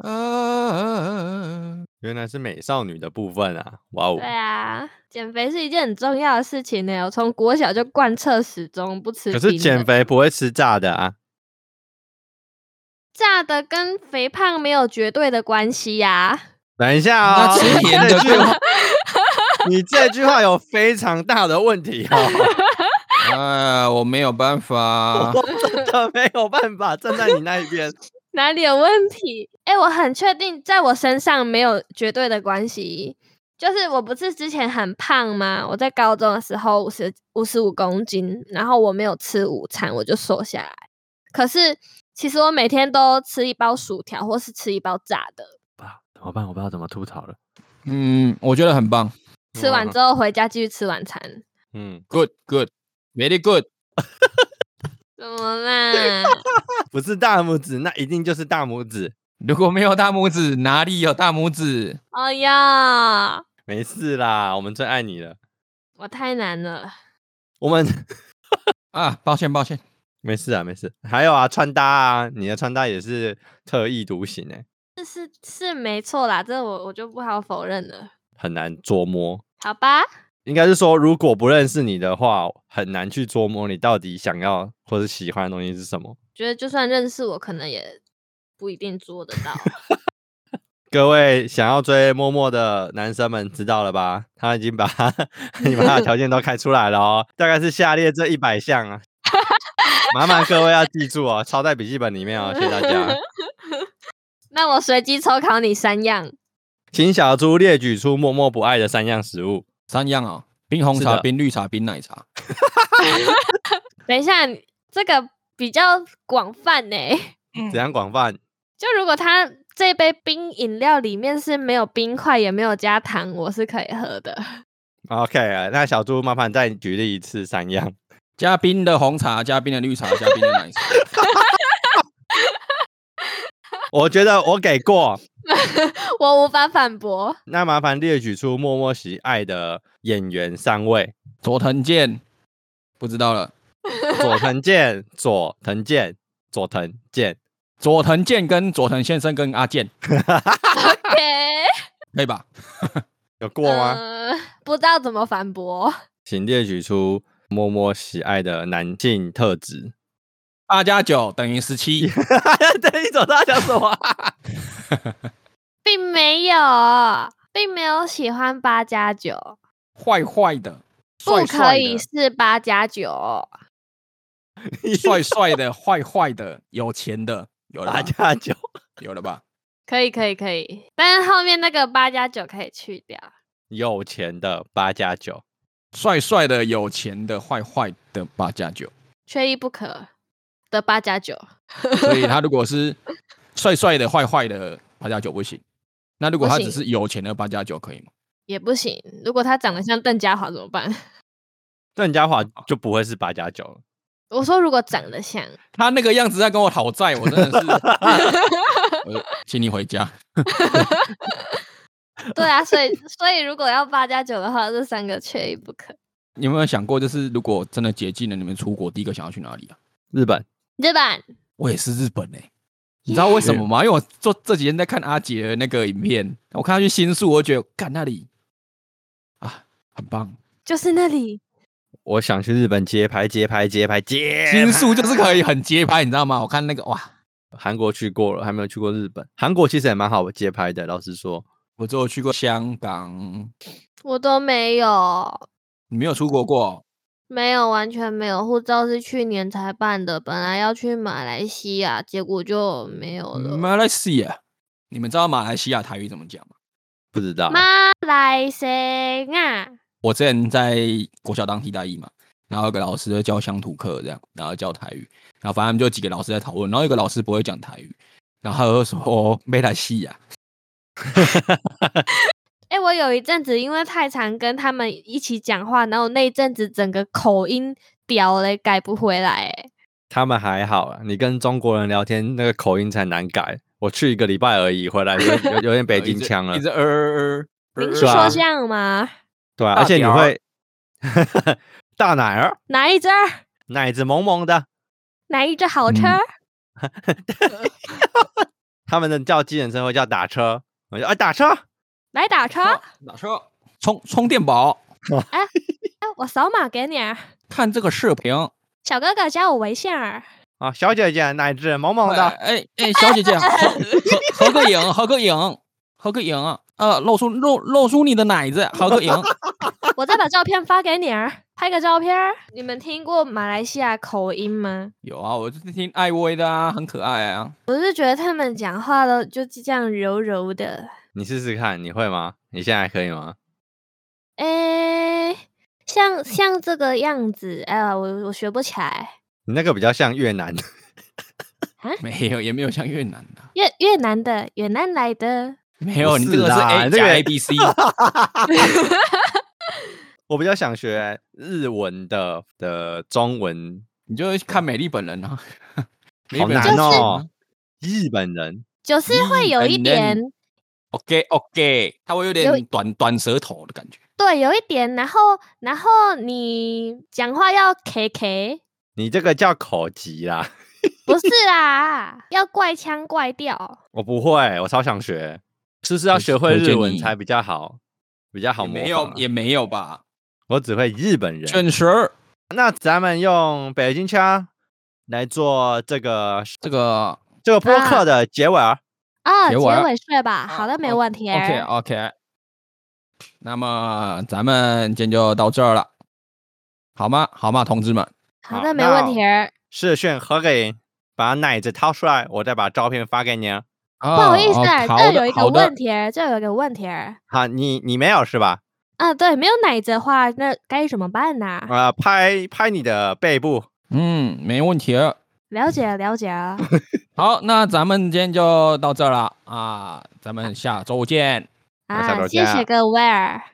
B: 呃，
A: 原来是美少女的部分啊，哇哦
C: 对！啊，减肥是一件很重要的事情呢。我从国小就贯彻始终不吃
A: 可
C: 冰的。
A: 是减肥不会吃炸的啊，
C: 炸的跟肥胖没有绝对的关系呀、
A: 等一下啊、
B: 那吃甜的
A: 这句
B: 更
A: 话
B: 好。
A: 你这句话有非常大的问题 (laughs) 哦，
B: 啊，我没有办法。 (laughs)
A: 我真的没有办法站在你那一 (laughs) 边。
C: 哪里有问题？哎、我很确定，在我身上没有绝对的关系。就是我不是之前很胖吗？我在高中的时候五十五十五公斤，然后我没有吃午餐，我就瘦下来。可是其实我每天都吃一包薯条，或是吃一包炸的。
A: 怎么办？我不知道怎么吐槽了。
B: 嗯，我觉得很棒。
C: 吃完之后回家继续吃晚餐，
A: 嗯，
B: Good, good, very good。
C: 怎么啦？
A: 不是大拇指，那一定就是大拇指。
B: 如果没有大拇指，哪里有大拇指？
C: 哎呀，
A: 没事啦，我们最爱你了。
C: 我太难了。
A: 我们
B: 啊，抱歉，抱歉。
A: 没事啊，没事。还有啊，穿搭啊，你的穿搭也是特立独行哎、
C: 这是是没错啦，这我我就不好否认了，
A: 很难捉摸。
C: 好吧？
A: 应该是说，如果不认识你的话，很难去捉摸你到底想要或者喜欢的东西是什么。
C: 觉得就算认识我，可能也不一定做得到。
A: 各位想要追默默的男生们知道了吧？他已经 (laughs) 把你把他的条件都开出来了哦，大概是下列这一百项啊。麻烦各位要记住哦，抄在笔记本里面哦，谢谢大 (laughs) 家。
C: 那我随机抽考你三样，
A: 请小猪列举出默默不爱的三样食物。
B: 三样啊、冰红
A: 是
B: 茶、
A: 的
B: 冰绿茶、冰奶茶。
C: 等一下你这个比较广泛呢、 (laughs)
A: 怎样广泛？
C: 就如果他这杯冰饮料里面是没有冰块，也没有加糖，我是可以喝的。 (laughs)
A: OK，啊那小猪麻烦再举例一次三样。
B: 加冰的红茶，加冰的绿茶，加冰的奶茶。
A: 我觉得我给过，
C: 我无法反驳。
A: 那麻烦列举出默默喜爱的演员三
B: (laughs)
A: 位：
B: 佐藤健，不知道了。
A: 佐藤健、佐藤健、佐藤健。
B: 佐藤健跟佐藤先生跟阿健，
C: OK，
B: 可以吧？
A: 有过吗？
B: 呃
C: 嗯不知道怎么反驳。
A: 请列举出默默喜爱的男性特
B: (laughs)
A: 质。 (laughs)
B: 八加九等于十 (laughs) 七。
A: 等一走，他讲什么？啊
B: (laughs)
C: 并没有，并没有喜欢八加九，
B: 坏坏的，帅
C: 不可
B: 帅
C: 以
B: 的，
C: 是八加九，
B: (laughs) 帅帅的，坏坏的，有钱的，有了
A: 八
B: 吧？
A: 加九，
B: (laughs) 有了吧？
C: 可以可以可以，但是后面那个八加九可以去掉。
A: 有钱的八加九，
B: 帅帅的，有钱的，坏坏的，八加九。
C: 缺一不可的八加九。
B: 所以他如果是帅帅的、坏坏的，八加九不行。那如果他
C: 不
B: 只
C: 行
B: 是有钱的，八加九可以吗？
C: 也不行，如果他长得像邓家华怎么办？ (laughs)
A: 邓家华就不会是八加九了。
C: 我说如果长得像，
B: 他那个样子在跟我讨债，我真的
C: (laughs)
B: 是，我请你回家。
C: 对啊，所
B: (laughs)
C: 以所以如果要八加九的话，这三个缺一不可。
B: 你有没有想过，就是如果真的解禁了，你们出国第一个想要去哪里啊？
A: 日本
C: 日本
B: 我也是日本哎、你知道为什么吗？因为我做这几天在看阿杰的那个影片，我看他去新宿，我就觉得干那里啊，很棒。
C: 就是那里，
A: 我想去日本街拍街拍街拍街拍。
B: 新宿
A: (laughs)
B: 就是可以很街拍，你知道吗？我看那个哇，
A: 韩国去过了，还没有去过日本。韩国其实也蛮好街拍的，老实说，
B: 我只有去过香港，
C: 我都没有，
B: 你没有出国过，
C: 没有，完全没有。护照是去年才办的，本来要去马来西亚，结果就没有了。
B: 马来西亚。你们知道马来西亚台语怎么讲吗？
A: 不知道。
C: 马来西亚，
B: 我之前在国小当替代役嘛，然后有个老师就教乡土课这样，然后教台语，然后反正他们就几个老师在讨论，然后有个老师不会讲台语，然后他就说 (laughs) 马来啊西亚，
C: 哎、我有一阵子因为太常跟他们一起讲话，然后那一阵子整个口音屌嘞改不回来、欸，
A: (laughs) 他们还好啊，你跟中国人聊天那个口音才难改。我去一个礼拜而已，回来有有有点北京腔了
B: 一直。呃呃呃，
C: 您
B: 呃
C: 是啊
A: 是吧
C: 说相吗？
A: 对啊，
B: 大
A: 而且你
B: 屌儿
A: 会 (laughs) 大奶儿，
C: 哪一只儿？
A: 奶子萌萌的。
C: 哪一只好车？
B: 嗯
A: 他们的叫机人车会叫打车，我就哎打车，
C: 来打车，哎、
B: 打车充充电宝，
C: 哎我扫码给你儿。
B: 看这个视频，
C: 小哥哥加我微信儿。
A: 啊，小姐姐奶子萌萌的，
B: 哎哎，小姐姐，合合合个影，合个影，合个影啊，呃，露出露露出你的奶子，合个影。
C: 我再把照片发给你儿，拍个照片儿。你们听过马来西亚口音吗？
B: 有啊，我就是听艾薇的啊，很可爱啊。
C: 我是觉得他们讲话都就是这样柔柔的。
A: 你试试看，你会吗？你现在还可以吗？
C: 哎、像像这个样子，哎呀，我我学不起来。
A: 你那个比较像越南的， (laughs)
B: 没有，也没有像越南的，
C: 越越南的，越南来的，
B: 没有，你这
A: 不
B: 个是
A: 是啦
B: A
A: 这
B: 加
A: 个
B: A B C，
A: 我比较想学日文的的中文，
B: 你就看美丽本
A: (laughs)
B: 人啊。美丽
A: 好
B: 本人
A: 难
C: 就是
A: 哦。日本人
C: 就是会有一
B: 嗯
C: 点，
B: OK OK，他会有
C: 有
B: 点短短舌头的感觉。
C: 对，有一点。然后然后你讲话要 K K，
A: 你这个叫口级啦， (laughs)
C: 不是啦，要怪腔怪调。
A: 我不会，我超想学，是不是要
B: 我
A: 学会
B: 推
A: 日
B: 荐
A: 文
B: 你
A: 才比较好，比较好
B: 也
A: 模
B: 没
A: 仿
B: 有
A: 啊？
B: 也没有吧？
A: 我只会日本人。
B: 卷舌，
A: 那咱们用北京腔来做这个
B: 这个
A: 这个播
C: 啊
A: 客的结尾儿。
C: 啊，
B: 结
C: 结
B: 尾儿
C: 尾睡吧，好的，没问题儿。
B: OK 哦 OK。那么咱们今天就到这儿了，好吗？好吗，同志们？
C: 好
A: 好
C: 的，没问
A: 那
C: 题儿。
A: 视讯合个影，把奶子掏出来，我再把照片发给你。啊
B: 不
C: 不好意思啊，
B: 哦好
C: 这有
B: 的
C: 一个
B: 好的
C: 问题儿，这有一个问题儿。
A: 好，你你没有是吧？
C: 啊，对，没有奶子的话，那该怎么办呢？
A: 啊、拍拍你的背部，
B: 嗯，没问题。
C: 了解了
A: (laughs)
C: 解啊，
B: 好，那咱们今天就到这儿了啊，咱们下周见。
A: 那下
C: 啊，
A: 周
C: 谢
A: 见啊
C: 谢各位儿。